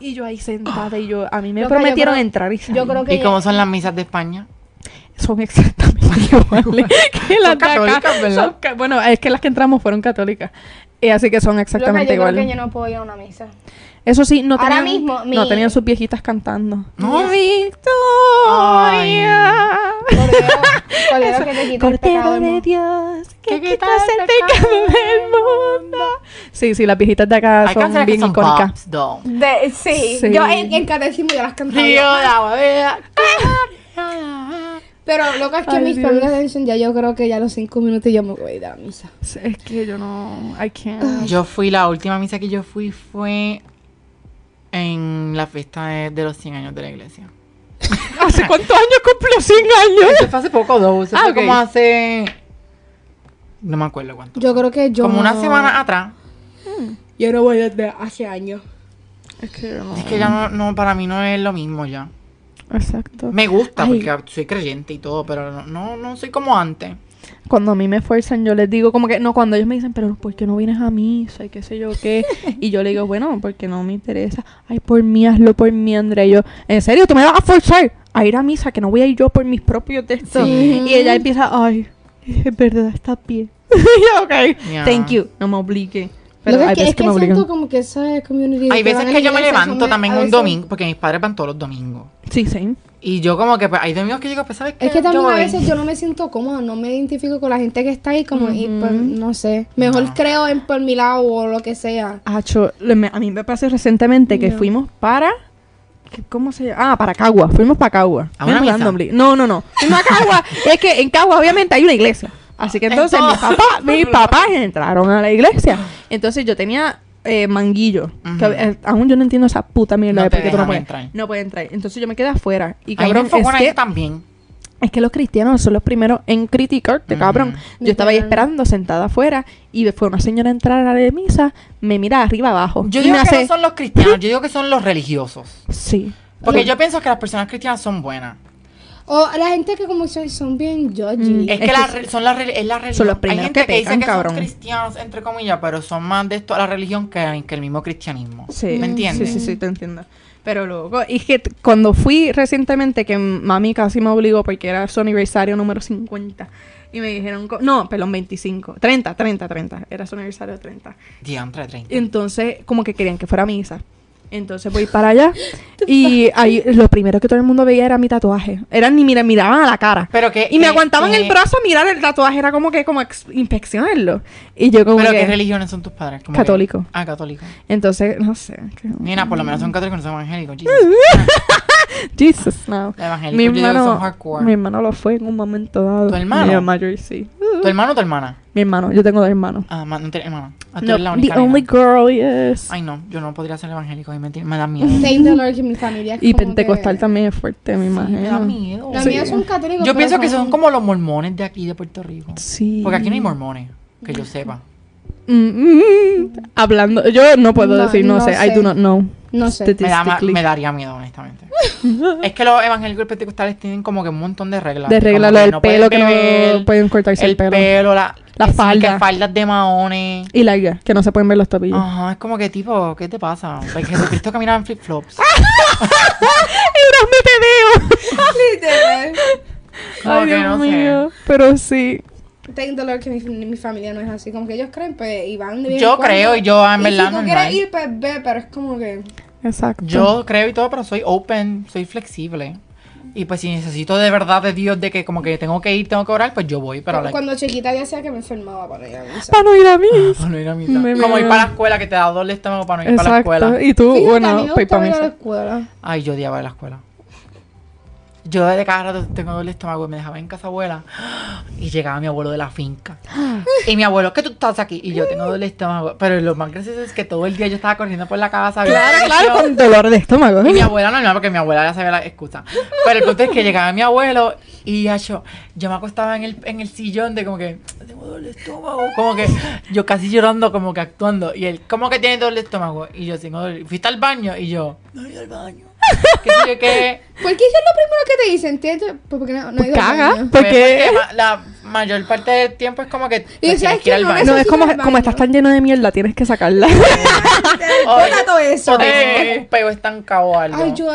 Y yo ahí sentada y yo, a mí me Loca, yo prometieron creo- entrar y salir Yo creo que ¿Y cómo son las misas de España? son exactamente iguales que las de acá. católicas, ¿verdad? Son ca- bueno, es que las que entramos fueron católicas. Y así que son exactamente Loca, yo creo iguales. que yo no puedo ir a una misa. Eso sí, no Ahora tenían, mismo, mi- no tenían sus viejitas cantando. No. ¡Victoria! Cordero, cordero que te quita el Cordero pecado del de mundo. Dios, que Que quitas quitas el el pecado pecado del mundo. Sí, sí, las viejitas de acá Hay Ah, son canciones que bien son icónicas. pops, though. De- sí. Sí. yo en el catecismo ya las cantaba. Río de agua, vea. Pero lo que es que Ay, mis Dios. familias de Ancient, ya yo creo que ya a los cinco minutos yo me voy a ir a la misa. Sí, Es que yo no. I can't. Yo fui, la última misa que yo fui fue en la fiesta de, de los 100 años de la iglesia. ¿Hace cuántos años cumplió 100 años? Eso fue hace poco, dos. Eso Ah, fue ok. como hace... No me acuerdo cuánto. Yo creo que yo. como una no- semana atrás. Yo no voy desde hace años. Es que yo no. Es que ya no, no, para mí no es lo mismo ya. Exacto. Me gusta Ay. porque soy creyente y todo, pero no, no, no soy como antes. cuando a mí me fuerzan, yo les digo como que, no, cuando ellos me dicen, pero ¿por qué no vienes a misa? Y qué sé yo qué. Y yo le digo, bueno, porque no me interesa. Ay, por mí, hazlo por mí, Andrea. Y yo, ¿en serio? ¿Tú me vas a forzar a ir a misa? Que no voy a ir yo por mis propios textos. Sí. Y ella empieza, ay, es verdad, está bien. Y yo, ok, Ya. thank you. No me obligue. Pero Pero es hay que, veces es que que me obligan. siento como que esa community. Hay veces van a que la yo me iglesia son levanto de- también a un veces- domingo, porque mis padres van todos los domingos. Sí, sí. Y yo como que, pues, hay domingos que digo, pues, ¿sabes qué? Es que también Yo a voy. veces yo no me siento cómoda, no me identifico con la gente que está ahí, como, y Ujú. pues, no sé. Mejor No. creo en por mi lado o lo que sea. Acho, Ah, le- me- a mí me pasó recientemente que Ya. fuimos para. que- ¿Cómo se llama? Ah, para Cagua. Fuimos para Cagua. ¿A una Fuimos misa? randomly. No, no, no. Fuimos a Cagua. es que en Cagua, obviamente, hay una iglesia. Así que entonces, mis Entonces- papás, mis papás entraron a la iglesia. Entonces yo tenía eh, manguillo. que, Ujú. eh, aún yo no entiendo esa puta mierda No de te por qué tú no dejan puedes entrar. No puedes entrar. Entonces yo me quedé afuera. Y Ahí cabrón, me enfocan es a que eso también. es que los cristianos son los primeros en criticarte, Ujú. cabrón. Yo estaba ahí Literal. esperando, sentada afuera, y fue una señora a entrar a la de misa, me mira arriba abajo. Yo y digo me que hace, no son los cristianos, yo digo que son los religiosos. Sí. Porque yo pienso que las personas cristianas son buenas. O la gente que como son, son bien judgy. Mm. Es Es que la que re- son las re- es la religión. son los Hay primeros gente que que, dice pecan, que cabrón. son cristianos, entre comillas, pero son más de esto a la religión que, que el mismo cristianismo. Sí. ¿Me entiendes? Sí, sí, sí, te entiendo. Pero luego, y es que t- cuando fui recientemente, que mami casi me obligó porque era su aniversario número 50. Y me dijeron, co- no, perdón, 25, 30, 30, 30. Era su aniversario 30. Diantre 30. Entonces, como que querían que fuera a misa. Entonces voy para allá y ahí lo primero que todo el mundo veía era mi tatuaje. Eran ni mira, miraban a la cara. Pero que- y me que- aguantaban que- el brazo a mirar el tatuaje, era como que como ex- inspeccionarlo. Y yo como ¿Pero qué que- religiones son tus padres? Como que- Católico. ah, católico. entonces, no sé. que- Nina, por lo menos son católicos, no son evangélicos. Jesus. Jesus, no. Los evangélicos Mm. Mi yo digo que son hermano, hardcore. mi hermano lo fue en un momento dado. ¿Tu hermano? Mi hermano, sí. ¿Tu hermano o tu hermana? Mi hermano, yo tengo dos hermanos. Ah, ma- no tienes hermana. Ah, tú No, oh eres la única the nena. only girl, yes. Ay, no, yo no podría ser evangélico, ay, me, ti- me da miedo. Thank the Lord que mi familia es y como pentecostal que- también es fuerte, me Sí, imagino. me da miedo. La Sí. mía son católicos. Yo pero pienso que son como los mormones de aquí, de Puerto Rico. Sí. Porque aquí no hay mormones, que yo sepa. Mm, mm, hablando, yo no puedo No, decir, no, no sé. I sé. do not know. No sé. Este Me, da ma- Statistically. me daría miedo, honestamente. es que los evangélicos y pentecostales tienen como que un montón de reglas. De que regla, como lo que del pueden pelo, que no beber, pueden cortarse el pelo. la, La que sí, falda. que faldas de maones. Y larga, que no se pueden ver los tobillos. Ah. Ajá, es como que tipo, ¿qué te pasa? Like, Jesucristo caminaba en flip-flops. libros no te veo. Literal. Como que no sé. Pero sí. Tengo dolor que mi, mi familia no es así. Como que ellos creen, pues, y van de vez en Yo cuando. creo, yo en Y verdad si tú normal. quieres ir, pues ve, pero es como que. Exacto. Yo creo y todo, pero soy open, soy flexible. Y pues si necesito de verdad de Dios de que como que tengo que ir, tengo que orar, pues yo voy, pero like, Cuando chiquita ya hacía que me enfermaba para ir a misa. Para no ir a mí. para no ir a misa. Me- me- Como ir para la escuela, que te da doble estómago para Ah, no ir para la Exacto. escuela. Y tú, Fíjate, a mí uh, bueno, Pues pues, me para ir para gusta ir a la misa. escuela. Ay, yo odiaba la escuela. Yo de cada rato tengo doble estómago y me dejaba en casa abuela. Y llegaba mi abuelo de la finca. Y mi abuelo, ¿qué tú estás aquí? Y yo tengo doble estómago. Pero lo más gracioso es que todo el día yo estaba corriendo por la casa. Claro, bien claro, ansiosa. con dolor de estómago. Y mi abuela normal, porque mi abuela ya sabía la excusa. Pero el punto es que llegaba mi abuelo y ya yo, yo me acostaba en el, en el sillón de como que, tengo doble estómago. Como que yo casi llorando, como que actuando. Y él, ¿cómo que tiene doble estómago? Y yo, tengo doble. Fuiste al baño y yo, no he ido al baño. ¿Qué sé yo qué? ¿Por qué eso es lo primero que te dicen? ¿Entiendes? Pues porque no, no he ido al Caga, baño. Porque porque ma- la mayor parte del tiempo es como que pues, ¿sabes tienes que qué? ir al No baño. Eso no sí es como, del como baño. estás tan lleno de mierda, tienes que sacarla. O- Hola, todo eso. o tienes un peo estancado o algo. Ay, yo.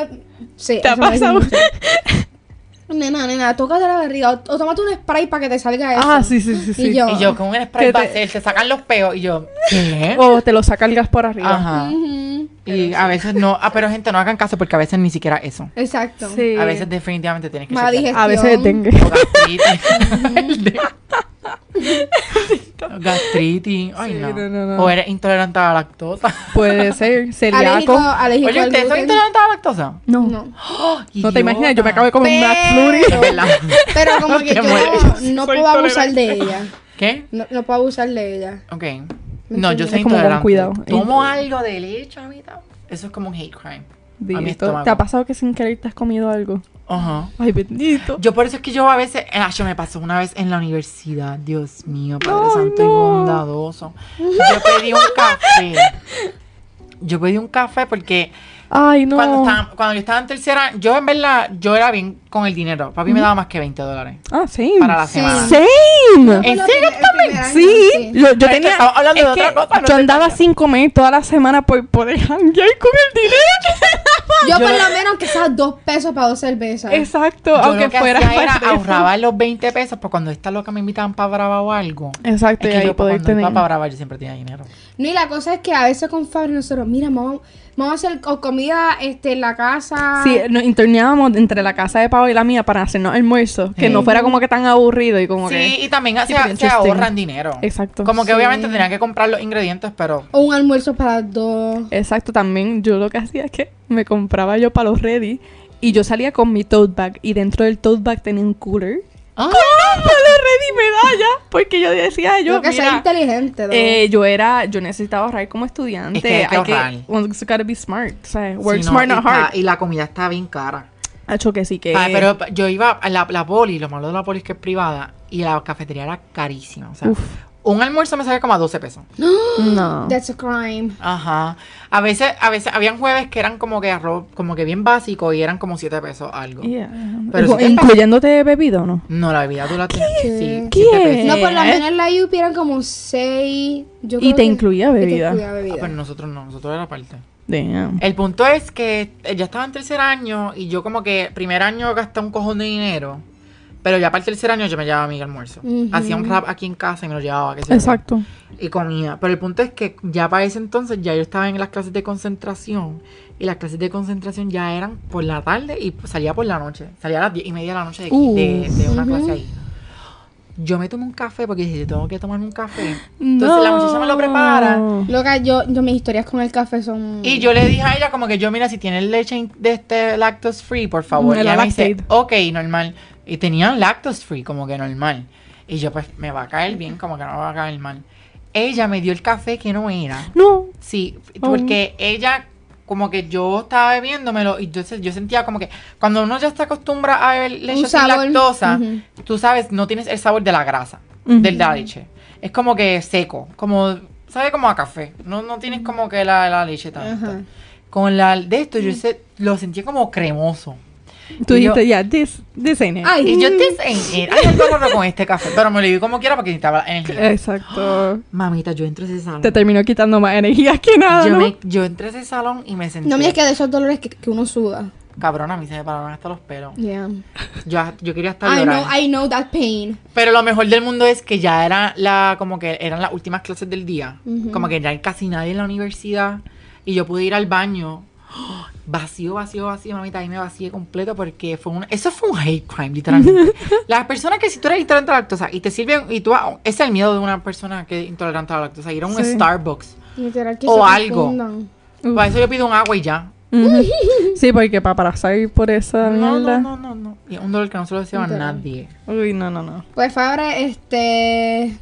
Sí, ¿Te ha eso me dicen pasado? mucho. Nena, nena, tócate la barriga. O, o tómate un spray para que te salga eso. ah, sí, sí, sí, sí. Y yo. Y yo, con un spray Que te- va a hacer, se sacan los peos y yo, ¿qué? O te lo saca el gas por arriba. Ajá. Ujú. Y a veces no, ah, pero gente, no hagan caso porque a veces ni siquiera eso. Exacto. Sí. A veces definitivamente tienes que Mala chequear. A veces es dengue. O gastritis. O gastritis. Ay, Sí, no. no, no, no. O eres intolerante a la lactosa. Puede ser. Alérgico, Celíaco. alérgico Oye, al ¿ustedes son gluten. intolerantes a la lactosa? No. No, No. no te imaginas, yo me acabo de comer un McFlurry. Es verdad. Pero como que Te yo mueres. no Soy puedo abusar intolerante. de ella. ¿Qué? No, no puedo abusar de ella. Ok. No, yo soy Es como con intolerante. cuidado. Tomo algo de leche ahorita. Eso es como un hate crime. Dito. A mi estómago. ¿Te ha pasado que sin querer te has comido algo? Ajá. Ay, bendito. Yo por eso es que yo a veces, ah, yo me pasó una vez en la universidad, Dios mío, Padre Ay, Santo y no. bondadoso. Yo pedí un café. Yo pedí un café porque Ay, no. cuando, estaba- cuando yo estaba en tercera, yo en verdad, yo era bien con el dinero. Papi me daba más que 20 dólares Ah, sí. para la Sí. semana. Same. ¿En Fue serio lo primer- el primer año, Sí, lo- yo Pero es que tenía. estaba hablando es de otra que cosa, no yo te andaba vayas. sin comer toda la semana por poder janguear con el dinero. Yo por lo menos que sea dos pesos para dos cervezas. Exacto, Yo aunque lo que fuera. hacía era para eso. ahorraba los 20 pesos, pues cuando esta loca me invitaban para Brava o algo. Exacto, y Es que ahí yo pues, poder cuando iba tener. para Brava yo siempre tenía dinero. No, y la cosa es que a veces con Fabri nosotros, mira, vamos, vamos a hacer co- comida este, en la casa. Ah. Sí, nos interneábamos entre la casa de Pau y la mía para hacernos almuerzo. Que Sí. no fuera como que tan aburrido y como Sí, que. y también se, Super se interesting. ahorran dinero. Exacto. Como que Sí. obviamente tenían que comprar los ingredientes, pero O un almuerzo para dos. Exacto, también yo lo que hacía es que me compraba yo para los ready y yo salía con mi tote bag y dentro del tote bag tenía un cooler. Ah. ¡Con para los ready medalla! Porque yo decía, yo, Yo que sea mira, inteligente. ¿no? eh, yo era, yo necesitaba ahorrar como estudiante. Es que hay que ahorrar. one's gotta be smart, o sea, work Sí, no, smart y not está- hard. y la comida está bien cara. Hacho que sí que... Ah, pero yo iba a la, la poli, lo malo de la poli es que es privada, y la cafetería era carísima. O sea, Uf. un almuerzo me salía como a 12 pesos. No. That's a crime. Ajá. A veces, a veces, habían jueves que eran como que arroz, como que bien básico y eran como 7 pesos algo. Yeah. Pero Gu- si te- ¿Incluyéndote bebida o no? No, la bebida tú la tenías. Sí, ¿Qué? 7 pesos. No, por lo Eh. menos en la UP eran como seis. yo Y creo te que- incluía y te bebida. pues incluía Ah, bebida. pero nosotros no, nosotros era parte. Damn. El punto es que eh, ya estaba en tercer año y yo como que primer año gasté un cojón de dinero, pero ya para el tercer año yo me llevaba mi almuerzo. Ujú. Hacía un rap aquí en casa y me lo llevaba. qué sé yo. Exacto. Y comía. Pero el punto es que ya para ese entonces ya yo estaba en las clases de concentración y las clases de concentración ya eran por la tarde y pues, salía por la noche. Salía a las diez y media de la noche de, aquí- de- de una clase ahí. Yo me tomé un café porque dije, yo tengo que tomarme un café. Entonces la muchacha me lo prepara. Loca, yo, yo mis historias con el café son. Y yo le dije a ella como que yo, mira, si tienes leche in- de este lactose free, por favor. Mm, Y el ella me dice, lactate. ok, normal. Y tenían lactose free, como que normal. Y yo, pues, me va a caer bien, como que no me va a caer mal. Ella me dio el café que no era. No. Sí, f- Oh. porque ella, como que yo estaba bebiéndomelo y entonces yo sentía como que cuando uno ya se acostumbra a beber leche Un sin sabor. lactosa, Eh, Ujú. tú sabes, no tienes el sabor de la grasa, Ujú. del de la leche. Es como que seco, como, sabe como a café. No, no tienes como que la, la leche tanto. Ajá. Con la de esto Mm. yo se- lo sentí como cremoso. Tú Y yo- Ah, dijiste, ya, this, this ain't it. Ay, mm, Y yo te enseñé, hay algo raro con este café, pero me lo di como quiera porque necesitaba energía. Exacto. Mamita, yo entré a ese salón. Te terminó quitando más energía que nada, Yo, ¿no? me- yo entré a ese salón y me senté. No me es que de esos dolores que, que uno suda. Cabrona, a mí se me pararon hasta los pelos. Yeah. Yo, yo quería estar I know, llorar. I know that pain. Pero lo mejor del mundo es que ya era la, como que eran las últimas clases del día. Ujú. Como que ya hay casi nadie en la universidad. Y yo pude ir al baño. ¡Oh! Vacío, vacío, vacío, mamita. Ahí me vacié completo porque fue un. Eso fue un hate crime, literalmente. Las personas que si tú eres intolerante a la lactosa y te sirven. Y tú. ah, ese Es el miedo de una persona que es intolerante a la lactosa. Ir a un Sí. Starbucks. Literal que O se algo. confundan. Para eso yo pido un agua y ya. Sí, porque para pasar por esa No, mierda. no, no, no, no. Y es un dolor que no se lo deseo a Literal. nadie. Uy, no, no, no. Pues Fabre, este...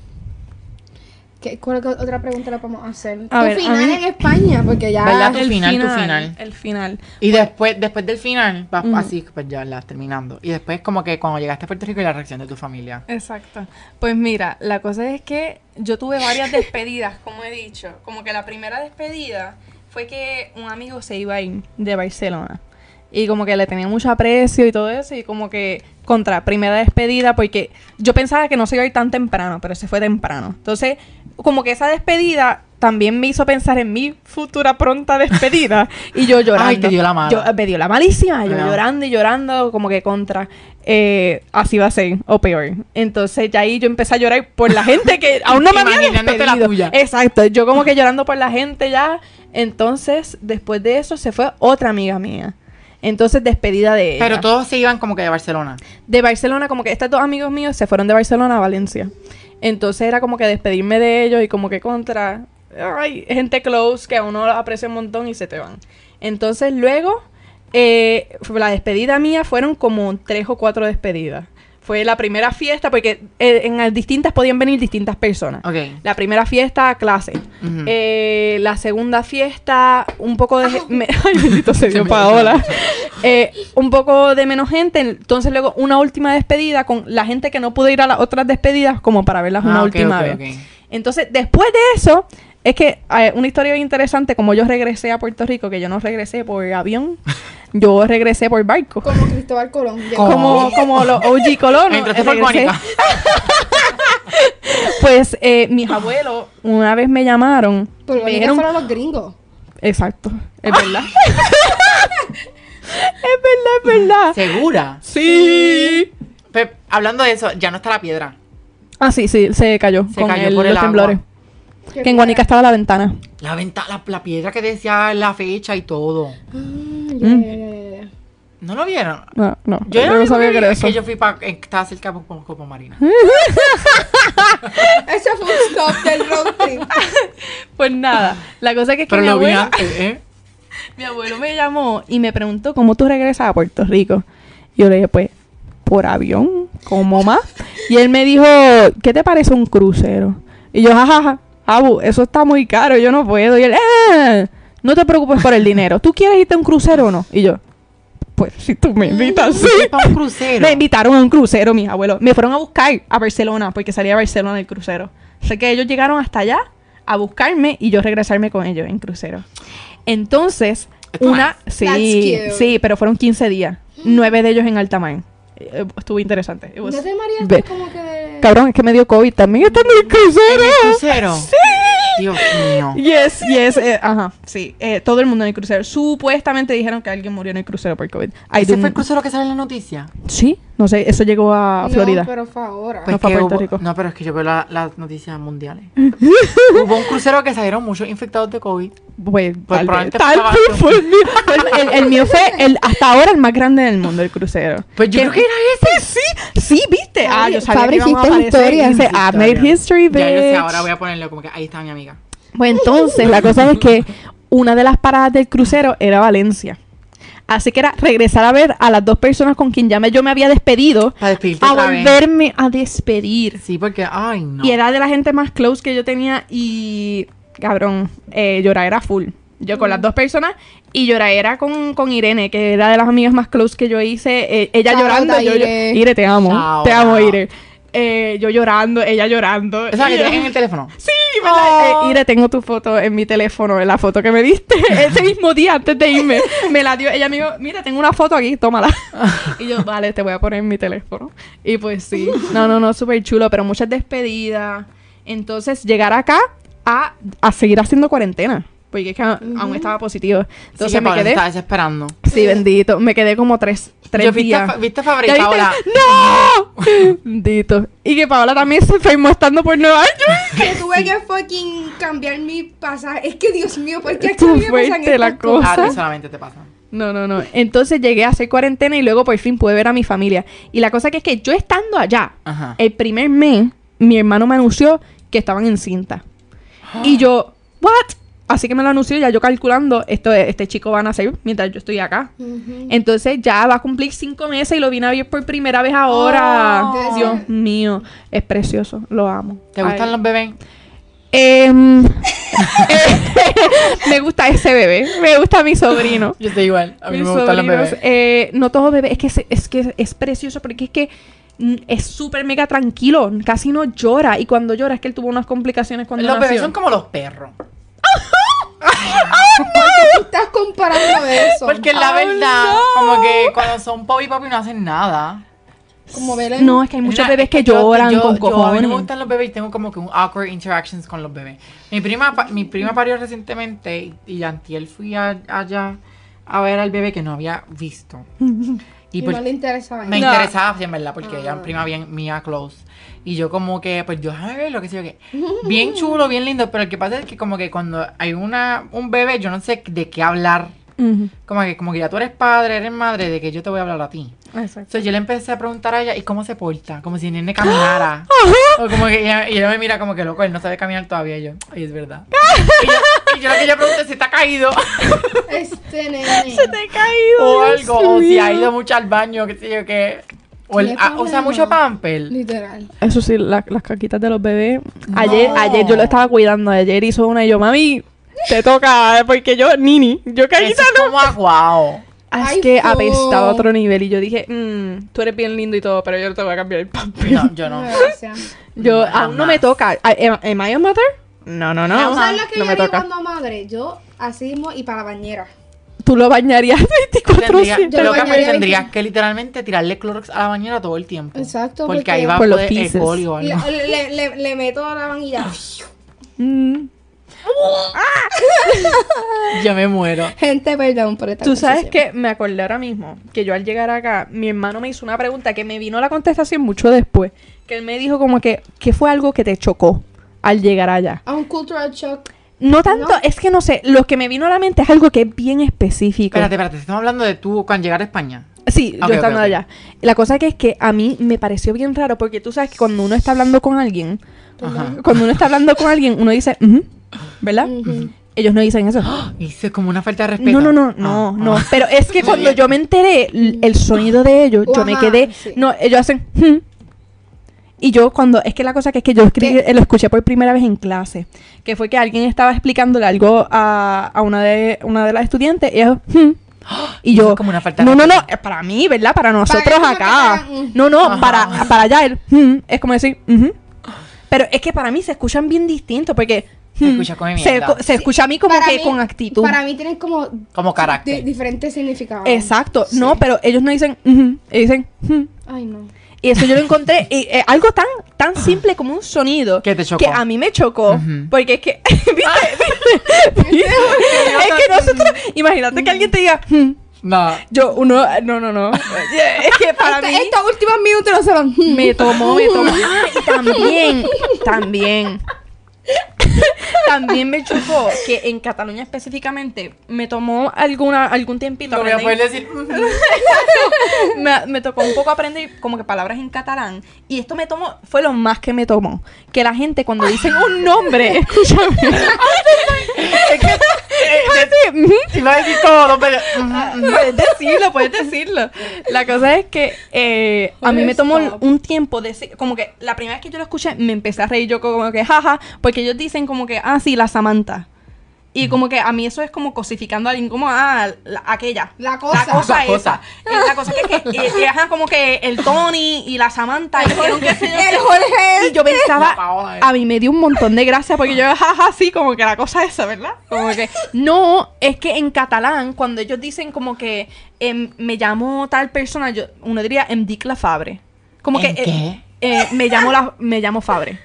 ¿Qué, ¿Cuál que otra pregunta la podemos hacer? A tu ver, a final mí- en España, porque ya... ¿Verdad? Tu final, tu final. Ah, El final. Y después, después del final, vas así, pues ya la terminando. Y después como que cuando llegaste a Puerto Rico y la reacción de tu familia. Exacto. Pues mira, la cosa es que yo tuve varias despedidas, como he dicho. Como que la primera despedida fue que un amigo se iba a ir de Barcelona. Y como que le tenía mucho aprecio y todo eso. Y como que contra, primera despedida, porque yo pensaba que no se iba a ir tan temprano, pero se fue temprano. Entonces, como que esa despedida también me hizo pensar en mi futura pronta despedida. y yo llorando. Ay, te dio la mala. Yo- eh, me dio la malísima. Yo Ah. llorando y llorando, como que contra. eh, así va a ser, o peor. Entonces, ya ahí yo empecé a llorar por la gente que aún no me había Imaginándote la despedido. tuya. Exacto, yo como que llorando por la gente ya. Entonces, después de eso, se fue otra amiga mía. Entonces, despedida de ella. Pero todos se iban como que de Barcelona. De Barcelona, como que estos dos amigos míos se fueron de Barcelona a Valencia. Entonces, era como que despedirme de ellos y como que contra. Ay, gente close que a uno los aprecia un montón y se te van. Entonces, luego, eh, fue- la despedida mía fueron como tres o cuatro despedidas. Fue la primera fiesta porque eh, en las distintas podían venir distintas personas. Ok. La primera fiesta, clase. Ujú. Eh, la segunda fiesta, un poco de... ge- me- ay, bendito se dio me- Paola. Eh, un poco de menos gente. Entonces luego una última despedida con la gente que no pudo ir a las otras despedidas como para verlas una Ah, ok, última ok, vez. ok. Entonces, después de eso, es que eh, una historia bien interesante, como yo regresé a Puerto Rico, que yo no regresé por avión, yo regresé por barco. Como Cristóbal Colón. ya. Como- Como, como los OG colonos. Entraste Oh. por regresé. Mónica. Pues eh, mis abuelos una vez me llamaron. Por me lo menos dijeron- fueron los gringos. Exacto, es verdad. es verdad, es verdad. ¿Segura? Sí. Pero, Pues, hablando de eso, ya no está la piedra. Ah, sí, sí, se cayó Se con cayó el- por el los agua. temblores. ¿Qué Que en Guanica fuera? estaba la ventana. La, venta, la, la piedra que decía la fecha y todo. Ah, ya, Mm. ya, ya, ya, ya. ¿No lo vieron? No, no. Yo, Yo, era no la sabía que única era eso. que yo fui para... Estaba cerca de Copa- Copa Marina. Ese fue un stop del road trip. Pues nada, la cosa es que, Pero mi, lo vi abuelo, antes, ¿eh? mi abuelo me llamó y me preguntó cómo tú regresas a Puerto Rico. Y yo le dije, pues, por avión, ¿cómo más? Y él me dijo, ¿qué te parece un crucero? Y yo, jajaja, Abu, eso está muy caro, yo no puedo. Y él, "Ah, no te preocupes por el dinero. ¿Tú quieres irte a un crucero o no? Y yo, pues, si tú me invitas, sí. Para un crucero. Me invitaron a un crucero, mis abuelos. Me fueron a buscar a Barcelona, porque salía a Barcelona el crucero. O sea que ellos llegaron hasta allá a buscarme y yo regresarme con ellos en crucero. Entonces, Esto una. That's Sí, cute. Mm. sí, pero fueron 15 días. Nueve de ellos en alta mar. Eh, eh, Estuvo interesante. It ¿No was- te Ve- mareaste como que de- Cabrón, es que me dio COVID también estando en el ¿En crucero. el crucero? Dios mío. Yes, yes, eh, ajá, sí, eh, todo el mundo en el crucero. Supuestamente dijeron que alguien murió en el crucero por COVID. I ¿Ese do- fue el crucero que sale en la noticia? Sí, no sé, eso llegó a Florida. No, pero fue ahora. Pues No fue a que Puerto hubo- Rico. No, pero es que yo veo la- las noticias mundiales. hubo un crucero que salieron muchos infectados de COVID. Pues, Pues tal vez, probablemente tal estaba- vez fue el mío. Fue el, el- el mío fue el, hasta ahora el más grande del mundo, el crucero. Pues yo creo que era ese. Sí, sí, viste. Ah, yo sabía Fabri, que íbamos a hiciste aparecer. historia. Y dice, I Historia. made history, bitch. Ya yo sé, ahora voy a ponerle como que ahí está mi amiga. Bueno, entonces, la cosa es que una de las paradas del crucero era Valencia. Así que era regresar a ver a las dos personas con quien ya me, yo me había despedido Para despedirte a otra vez. volverme a despedir. Sí, porque, ay, no. Y era de la gente más close que yo tenía y, cabrón, eh, llorar era full. Yo con las dos personas y llorar era con, con Irene, que era de las amigas más close que yo hice. eh, ella Shout llorando, out a yo, yo- Ire. Ire, te amo. Shout te amo, out. Ire. Eh, yo llorando, ella llorando. O sea, que Y yo- tienes en el teléfono. Sí, ¿verdad? Oh. Eh, Ire, tengo tu foto en mi teléfono, en la foto que me diste ese mismo día antes de irme. Me la dio. Ella me dijo, mira, tengo una foto aquí, tómala. y yo, vale, te voy a poner en mi teléfono. Y pues sí. No, no, no, súper chulo, pero muchas despedidas. Entonces, llegar acá a, a seguir haciendo cuarentena. Porque es que a- aún estaba positivo. Entonces que me Paola quedé. estaba desesperando. Sí, bendito. Me quedé como tres, tres Yo, ¿viste, a días. Fa- ¿Viste a Fabri, ¿Ya viste? Paola? ¡No! Bendito. Y que Paola también se fue mostrando por Nueva York. Que tuve que fucking cambiar mi pasaje. Es que Dios mío, ¿por qué aquí Tú a mí me pasan fuiste la estas cosas? Ah, a ti cosa. solamente te pasa. No, no, no. Entonces llegué a hacer cuarentena y luego por fin pude ver a mi familia. Y la cosa que es que yo estando allá, Ajá. el primer mes, mi hermano me anunció que estaban en cinta. Y yo, ¿what? Así que me lo anunció ya yo calculando, esto, este chico va a nacer mientras yo estoy acá. Ujú. Entonces ya va a cumplir cinco meses y lo vine a ver por primera vez ahora. Oh. Dios mío, es precioso, lo amo. ¿Te gustan Ay. los bebés? Em, eh, me gusta ese bebé, me gusta mi sobrino. Yo estoy igual. A mí Mis me gustan los sobrinos, bebés. eh, no todo bebé, es que es, es que es precioso porque es que mm, es súper mega tranquilo, casi no llora y cuando llora es que él tuvo unas complicaciones cuando los bebés nació. son como los perros. Tú estás comparando eso. Porque la Oh, verdad, no. como que cuando son papi y papi no hacen nada. Como Belén. No, es que hay muchos Mira, bebés que yo- lloran yo- con yo- A mí no me cojones. gustan los bebés y tengo como que un awkward interactions con los bebés. Mi prima, pa- mi prima parió recientemente y, y antier fui a- allá a ver al bebé que no había visto. Y Y por- no le interesaba. me No. Ah. interesaba, sí, en verdad, porque ella es una prima bien mía close. Y yo como que, pues yo, déjame ver lo que sé yo qué. Bien chulo, bien lindo, pero lo que pasa es que como que cuando hay una, un bebé, yo no sé de qué hablar. Ujú, Como que, como que ya tú eres padre, eres madre, de que yo te voy a hablar a ti. exacto. Entonces yo le empecé a preguntar a ella, ¿y cómo se porta? Como si el nene caminara. O como que ella, y ella me mira como que loco, él no sabe caminar todavía. Y yo, ay, es verdad. y, yo, y yo lo que ella pregunta es si está caído Este nene. Se te ha caído. o Dios algo, o si mío. ha ido mucho al baño, qué sé yo qué. O el- ¿Qué ah, usa problema? mucho pamper. Literal. Eso sí, la- las caquitas de los bebés. Ayer, ayer yo lo No. estaba cuidando. Ayer hizo una y yo, mami, te toca. eh, Porque yo, Nini, yo Eso caquita es como aguao. no. Es Ay, que no. apestaba a otro nivel. Y yo dije, mm, tú eres bien lindo y todo, pero yo no te voy a cambiar el papel. No, yo no. Gracias. Yo, Jamás. aún no me toca. I- Am, am I a mother? No, no, no. ¿Tú ¿Sabes lo no que yo me haría toca. cuando madre? Yo así mismo y para la bañera. Tú lo bañarías Tendría, 24 Yo lo lo que bañaría tendrías que literalmente tirarle Clorox a la bañera todo el tiempo. Exacto, Porque, porque- ahí va a Por los poder pieces. E. coli o algo. Le, le, le, le meto a la vanilla. Mm. Yo me muero. Gente, perdón por esta Tú sabes conversación. que me acordé ahora mismo que yo al llegar acá, mi hermano me hizo una pregunta que me vino la contestación mucho después. Que él me dijo como que, ¿qué fue algo que te chocó al llegar allá? A un cultural shock. No tanto, No. es que no sé, lo que me vino a la mente es algo que es bien específico. Espérate, espérate, estamos hablando de tú cuando llegar a España. Sí, Ok, yo estando ok, ok. allá. La cosa que es que a mí me pareció bien raro porque tú sabes que cuando uno está hablando con alguien, Ajá. cuando uno está hablando con alguien, uno dice, "Ujú", ¿verdad? Ujú. Ellos no dicen eso. Hice como una falta de respeto. No, no, no, Ah, no, no. ah. Pero es que cuando yo me enteré l- el sonido de ellos, yo me Ajá, quedé. sí. No, ellos hacen. "Hmm". Y yo cuando. Es que la cosa que es que yo escribí, eh, lo escuché por primera vez en clase. Que fue que alguien estaba explicándole algo a, a una, de, una de las estudiantes. Y ellos. "Hmm". Y Eso yo. es como una falta de no, no, no. respeto. eh, Para mí, ¿verdad? Para nosotros como que acá. te hagan, "Mm". No, no. Ajá. Para, para allá. El, "Hmm", es como decir. "Ujú". Pero es que para mí se escuchan bien distintos porque. Se "Hmm", escucha como se mierda. co- se escucha a mí como Para que mí- con actitud. Para mí tienen como Como carácter. di- diferentes significados. Ah, Exacto, no, pero ellos no dicen, "Ujú", ellos dicen, "Ujú". Ay, no. y eso yo lo encontré, y, eh, algo tan, tan simple como un sonido Ah. Que te chocó. a mí me chocó, Ujú. Ah. porque es que, ¿viste? es que nosotros, imagínate que alguien te diga, "Ujú". No. yo, uno, no, no, no, es que para Estos- mí Estos últimos minutos no se los- me tomó, me tomó, Ah, y también, también. También me chocó que en Cataluña específicamente me tomó alguna, algún tiempito. No voy a aprender poder decir. me, me tocó un poco aprender como que palabras en catalán. Y esto me tomó, fue lo más que me tomó. Que la gente cuando dicen un nombre, escúchame. eh, Así, ujú, Ah, Iba a decir como dos veces. Ujú. puedes decirlo, puedes decirlo. La cosa es que eh, a mí me tomó Stop. un tiempo de decir- como que la primera vez que yo lo escuché me empecé a reír yo como que jaja, porque ellos dicen como que, ah, sí, la Samantha. Y como que a mí eso es como cosificando a alguien, como, ah, la- aquella. La cosa. La cosa, La cosa. esa. Es la cosa que, que y- y ajá, como que el Tony y la Samantha hicieron que se El Jorge. y yo pensaba, La Paola, eh. a mí me dio un montón de gracia porque yo, jaja, sí, como que la cosa esa, ¿verdad? Como que, no, es que en catalán, cuando ellos dicen como que em, me llamo tal persona, yo, uno diría em Dick la Fabre. Como que, ¿En eh, qué? eh, me, llamo la, me llamo Fabre.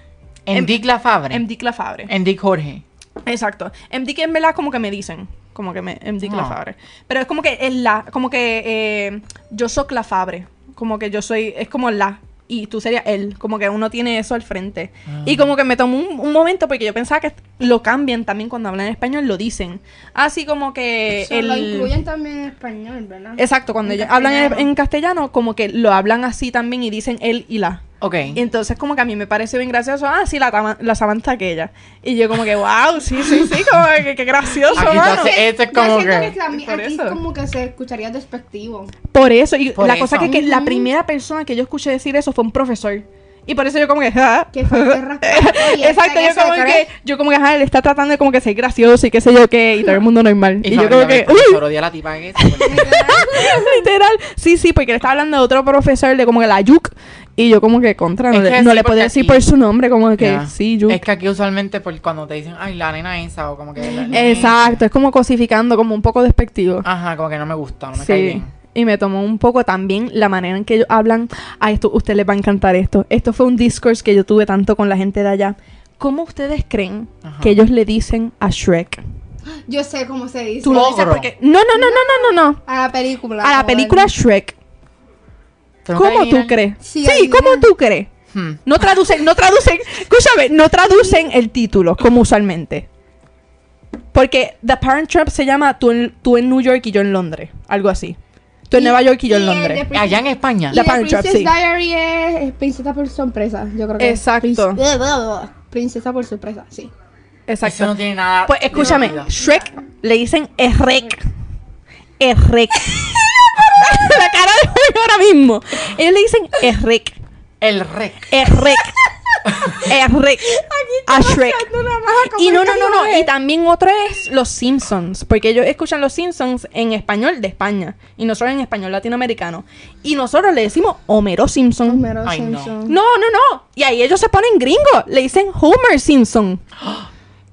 En Dick La Fabre. Em Dick la Fabre. En Dick Jorge. Exacto. MD que en verdad como que me dicen. Como que me, MD que la Ah. Fabre. Pero es como que es la, como que eh, yo soy la Fabre. Como que yo soy, es como la. Y tú serías él. Como que uno tiene eso al frente. Y como que me tomó un, un momento porque yo pensaba que lo cambian también cuando hablan en español, lo dicen. Así como que. So, Lo incluyen también en español, ¿verdad? Exacto, cuando En ellos hablan en, castellano. en castellano, como que lo hablan así también y dicen él y la. Ok. Y entonces como que a mí me parece bien gracioso, ah, sí, la, tama- la Samantha aquella. Y yo como que, wow, sí, sí, sí, como que, que gracioso, Aquí e- mano. entonces esto es Yo como siento que, que... también Por aquí eso. como que se escucharía despectivo. Por eso, y Por la cosa eso. que, que la Ujú. primera persona que yo escuché decir eso fue un profesor. Y por eso yo como que, ah. Que fue raspado. Exacto, yo como que, yo como que, ajá, él está tratando de como que ser gracioso y qué sé yo qué, y todo el mundo normal. Y, yo como que, uy, Solo odia a la tipa en eso. pues. porque- literal. Sí, sí, porque le estaba hablando de otro profesor de como que la Yuk. Y yo como que contra, no Es le, que no sí, le porque podía decir aquí- por su nombre, como que Ya. sí, Yuk. Es que aquí usualmente por cuando te dicen, ay, la nena esa, o como que... "La nena Exacto, es como cosificando, como un poco despectivo. esa". Ajá, como que no me gusta, Ah, no me cae sí. bien. Y me tomó un poco también la manera en que ellos hablan. A esto, usted les va a encantar esto. Esto fue un discourse que yo tuve tanto con la gente de allá. ¿Cómo ustedes creen Ajá. que ellos le dicen a Shrek? Yo sé cómo se dice. Tú lo dices Ogro. porque. No, no, no, no, no, no, no. A la película. A la joder. película Shrek. ¿Tengo que ¿Cómo tú adivinar? crees? Sí, Sí, ¿cómo adivina. tú crees? Hmm. No traducen, no traducen, escúchame, no traducen el título como usualmente. Porque The Parent Trap se llama tú en, tú en New York y yo en Londres, algo así. Tú en Y- Nueva York y yo en y el Londres. de- Allá en España. Y La The Parent Trap, Princess sí. Diary es, es Princesa por sorpresa, yo creo que es. Exacto. Prince- Princesa por sorpresa, sí. Eso no Ah, Exacto. tiene nada... Pues escúchame, de- Shrek le dicen Errek. Errek. La cara de Julio ahora mismo. Ellos le dicen Errek. El rec. Errek. Errek. A Shrek. Y no, no, no, no. Y también otro es Los Simpsons. Porque ellos escuchan Los Simpsons en español de España. Y nosotros en español latinoamericano. Y nosotros le decimos Homero Simpson. Homero Ay, no. Simpson. No, no, no. Y ahí ellos se ponen gringos. Le dicen Homer Simpson.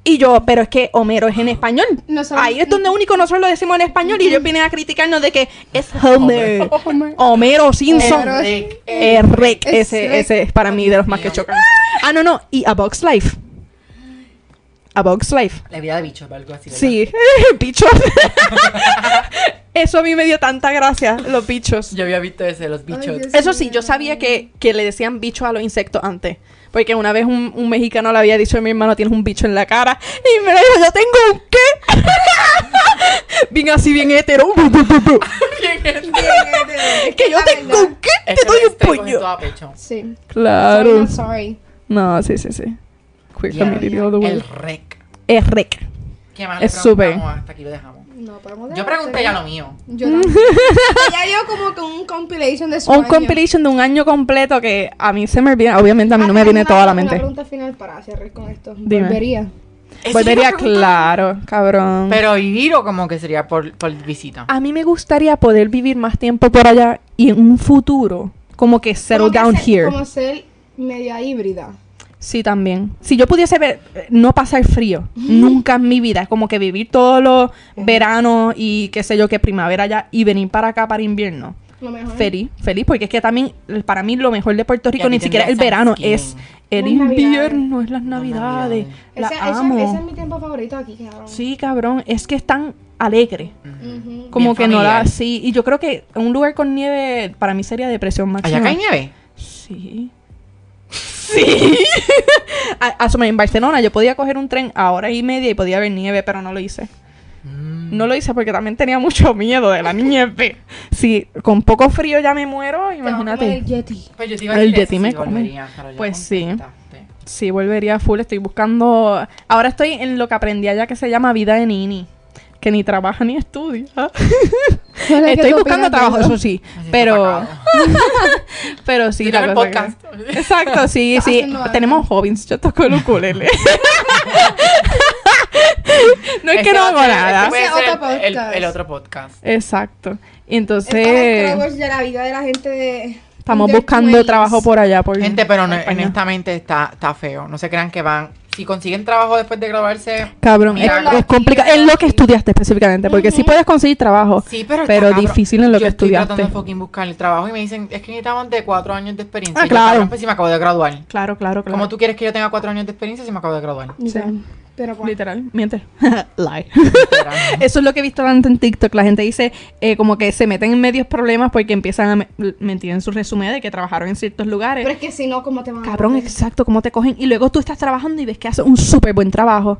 Y yo, pero es que Homero es en español. Nosotros- ahí es donde único nosotros lo decimos en español. Y ellos vienen a criticarnos de que es Homer. Homer. Oh. Homero Simpson. Homero. Rec. Eh, Rec, Es Rec. ese, ese es para mí de los más que Dios mío. chocan. Ah, no, no. Y A Box Life. A Box Life. La vida de bicho, algo así. ¿verdad? Sí, bichos. Eso a mí me dio tanta gracia, los bichos. Yo había visto ese, los bichos. Dios. Eso sí, yo sabía que, que le decían bichos a los insectos antes. Porque una vez un, un mexicano le había dicho a mi hermano, tienes un bicho en la cara. Y me lo dijo, yo tengo un qué. bien así, bien hetero. que yo tengo un qué, te Este doy un este coge puño. todo a pecho. Sí. Sorry, Claro. not sorry. No, sí, sí, sí. Queer Yeah. community all the way. El rec. Es rec. Qué mal. le Es súper. preguntamos, Hasta aquí lo dejamos. No, podemos Yo pregunté ya lo mío. Yo también. Ella dio como que un compilation de su Un año. compilation de un año completo que a mí se me olvida. Obviamente a mí no me Ah, viene una- toda la una mente. pregunta final para cerrar con esto. Dime. Volvería. Eso Volvería, yo me pregunto. claro, cabrón. Pero vivir o como que sería por, por visita. a mí me gustaría poder vivir más tiempo por allá y en un futuro como que settle Como que down ser- here. Como ser media híbrida. Sí, también. Si yo pudiese ver, eh, no pasar frío nunca en mi vida, como que vivir todos los Eh. veranos y qué sé yo, que primavera allá y venir para acá para invierno. Lo mejor. Feliz, feliz, porque es que también eh, para mí lo mejor de Puerto Y a Rico ti ni siquiera el tendrías verano Thanksgiving. es el Las navidades. invierno, es las Las navidades. navidades. La Ese- ese- amo. Ese es mi tiempo favorito aquí, cabrón. Sí, cabrón, es que es tan alegre. Ujú. Como que Bien no la. familiar. Sí, y yo creo que un lugar con nieve para mí sería depresión máxima. Allá cae nieve. Sí. Sí. A- Asomé en Barcelona, yo podía coger un tren a hora y media y podía ver nieve, pero no lo hice. Mm. No lo hice porque también tenía mucho miedo de la nieve. Sí, con poco frío ya me muero, Te va a comer imagínate. El Yeti. Pues yo te Ay, decir ya eso, ti me sí, come. volvería, pero ya Pues sí. contestaste. Sí, volvería full, estoy buscando. Ahora estoy en lo que aprendí allá que se llama vida de Nini, que ni trabaja ni estudia. Estoy buscando trabajo, eso sí, Me siento pero atacado. pero sí, Tírame la el cosa que- podcast. Exacto, sí, Estás sí. haciendo algo. Tenemos hobbies. Yo toco el ukulele. no es Este que no va a hago ser- nada. este puede Ese ser otro el- el- podcast. El otro podcast. Exacto. Y Estos Entonces, estragos de la vida de la gente de... estamos under buscando 20s. trabajo por allá. Por Gente, pero no- España. honestamente está, está feo. No se crean que van. Si consiguen trabajo después de graduarse. Cabrón, es, Mira, la es complicado. Es lo que vida. estudiaste específicamente. Porque sí puedes conseguir trabajo. Sí, pero. está Pero cabrón. difícil en lo Yo que estoy tratando estudiaste. de fucking buscar el trabajo y me dicen, es que necesitaban de cuatro años de experiencia. Ah, Y yo, claro. cabrón, Pues si me acabo de graduar. Claro, claro, claro. ¿Cómo tú quieres que yo tenga cuatro años de experiencia si me acabo de graduar? Sí. Pero pues, Literal, miente. Lie. Eso es lo que he visto tanto en TikTok. La gente dice eh, como que se meten en medios problemas porque empiezan a me- mentir en su resumen de que trabajaron en ciertos lugares. pero es que si no, ¿cómo te van a Cabrón, coger? exacto, cómo te cogen. Y luego tú estás trabajando y ves que haces un súper buen trabajo.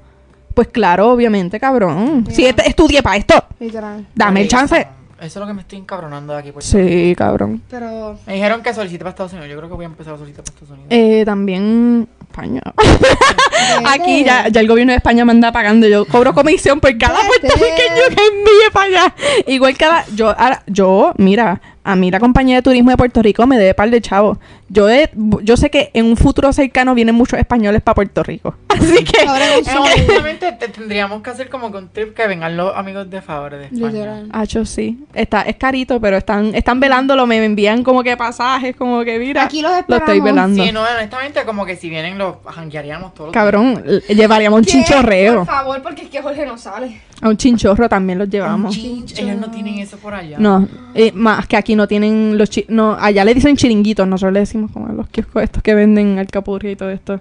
Pues claro, obviamente, cabrón. Ya. Si este- estudié para esto, Literal. dame el Ok, chance. Eso, eso es lo que me estoy encabronando de aquí. Por Sí, cabrón. Pero Me dijeron que solicite para Estados Unidos. Yo creo que voy a empezar a solicitar para Estados Unidos. Eh, también España. Aquí ya, ya el gobierno de España me anda pagando. Yo cobro comisión por cada Vete. puertorriqueño que envíe para allá. Igual cada. Yo, ahora- yo, mira, a mí la compañía de turismo de Puerto Rico me debe par de chavos. Yo, he- yo sé que en un futuro cercano vienen muchos españoles para Puerto Rico. Así que. Ahora un Eh, honestamente, te- tendríamos que hacer como que un trip que vengan los amigos de Favre de España. Literal. Ah, yo sí. Está, es carito, pero están, están velándolo. Me envían como que pasajes, como que mira. Aquí los lo estoy esperamos. velando. Sí, no, honestamente, como que si vienen los janguearíamos todos. los Cabrón, l- llevaríamos un ¿Qué? chinchorreo. Por favor, porque es que Jorge no sale. A un chinchorro también los días. Un llevamos. chinch, Ellos no tienen eso por allá. No, eh, más que aquí no tienen los chi- no, allá le dicen chiringuitos, nosotros le decimos como a los kioscos estos que venden alcapurria y todo esto.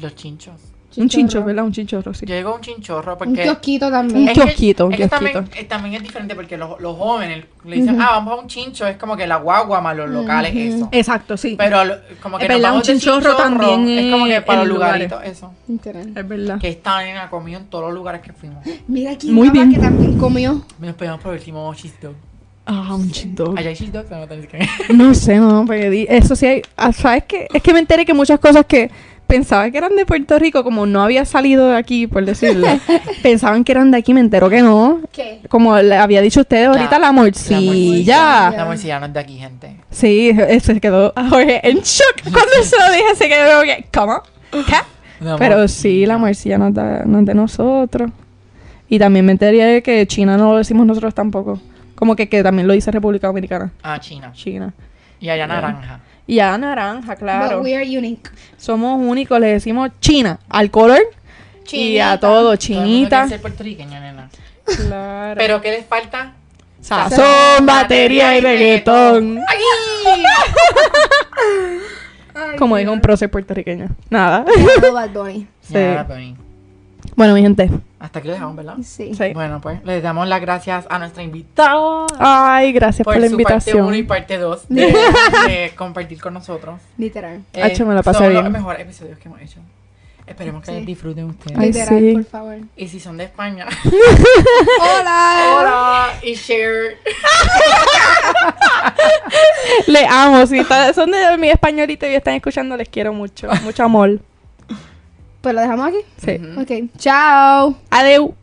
Los chinchos. Un chincho, ¿verdad? Un chinchorro, sí. Yo digo un chinchorro Un porque... kiosquito Un también. Es que- kiosquito, un es que también- kiosquito. eh, también es diferente porque los, los jóvenes le dicen, ah, vamos a un chincho, es como que la guagua más los locales, eso. Exacto, sí. Pero lo- como que Eh, Es nos verdad, vamos un de chinchorro también es como que es para en los lugares. lugaritos, eso. Literal. Es verdad. Que esta nena comió en todos los lugares que fuimos. Mira aquí Muy Muy bien. bien. que también comió. Nos pegamos por el último cheese dog. Ah, un chinchorro. Allá hay cheese dog, pero no tenés que No sé, no, porque di- eso sí hay, ah, ¿sabes qué? Es que me enteré que muchas cosas que pensaba que eran de Puerto Rico, como no había salido de aquí, por decirlo, pensaban que eran de aquí, me entero que no. ¿Qué? Como le había dicho usted ahorita, la, morcilla. La morcilla no es de aquí, gente. Sí, eh, se quedó a Jorge en shock cuando se lo dije, se quedó como que, ¿cómo? ¿Qué? La Pero sí, la morcilla no, es de- no es de nosotros. Y también me enteré de que China no lo decimos nosotros tampoco. Como que, que también lo dice República Dominicana. Ah, China. China. Y allá naranja. Y a naranja, But claro. we are unique. Somos únicos, le decimos China al color y a todo, Todo el mundo quiere chinita. ser puertorriqueña, nena. Claro. Pero ¿qué les falta? Sazón, batería y reggaetón. Como dijo un prócer puertorriqueño. Nada. Llamado Bad Bunny. Sí. Ya, Tony. Bueno, mi gente. Hasta aquí lo dejamos, ¿verdad? Sí. Sí. Bueno, pues les damos las gracias a nuestra invitada Ay, gracias por, la su parte 1 y invitación. parte 2 de, de compartir con nosotros. Eh, Literal. Hacho, me la pasé son los bien. mejores episodios que hemos hecho. Esperemos que Sí. les disfruten ustedes. Ay, Literal, sí. por favor. Y si son de España, Hola. hola y share. Le amo. Si está- son de mi españolito y están escuchando, les quiero mucho. Mucho amor. Pues lo dejamos aquí. Sí. Ujú. Ok. Chao. Adeu.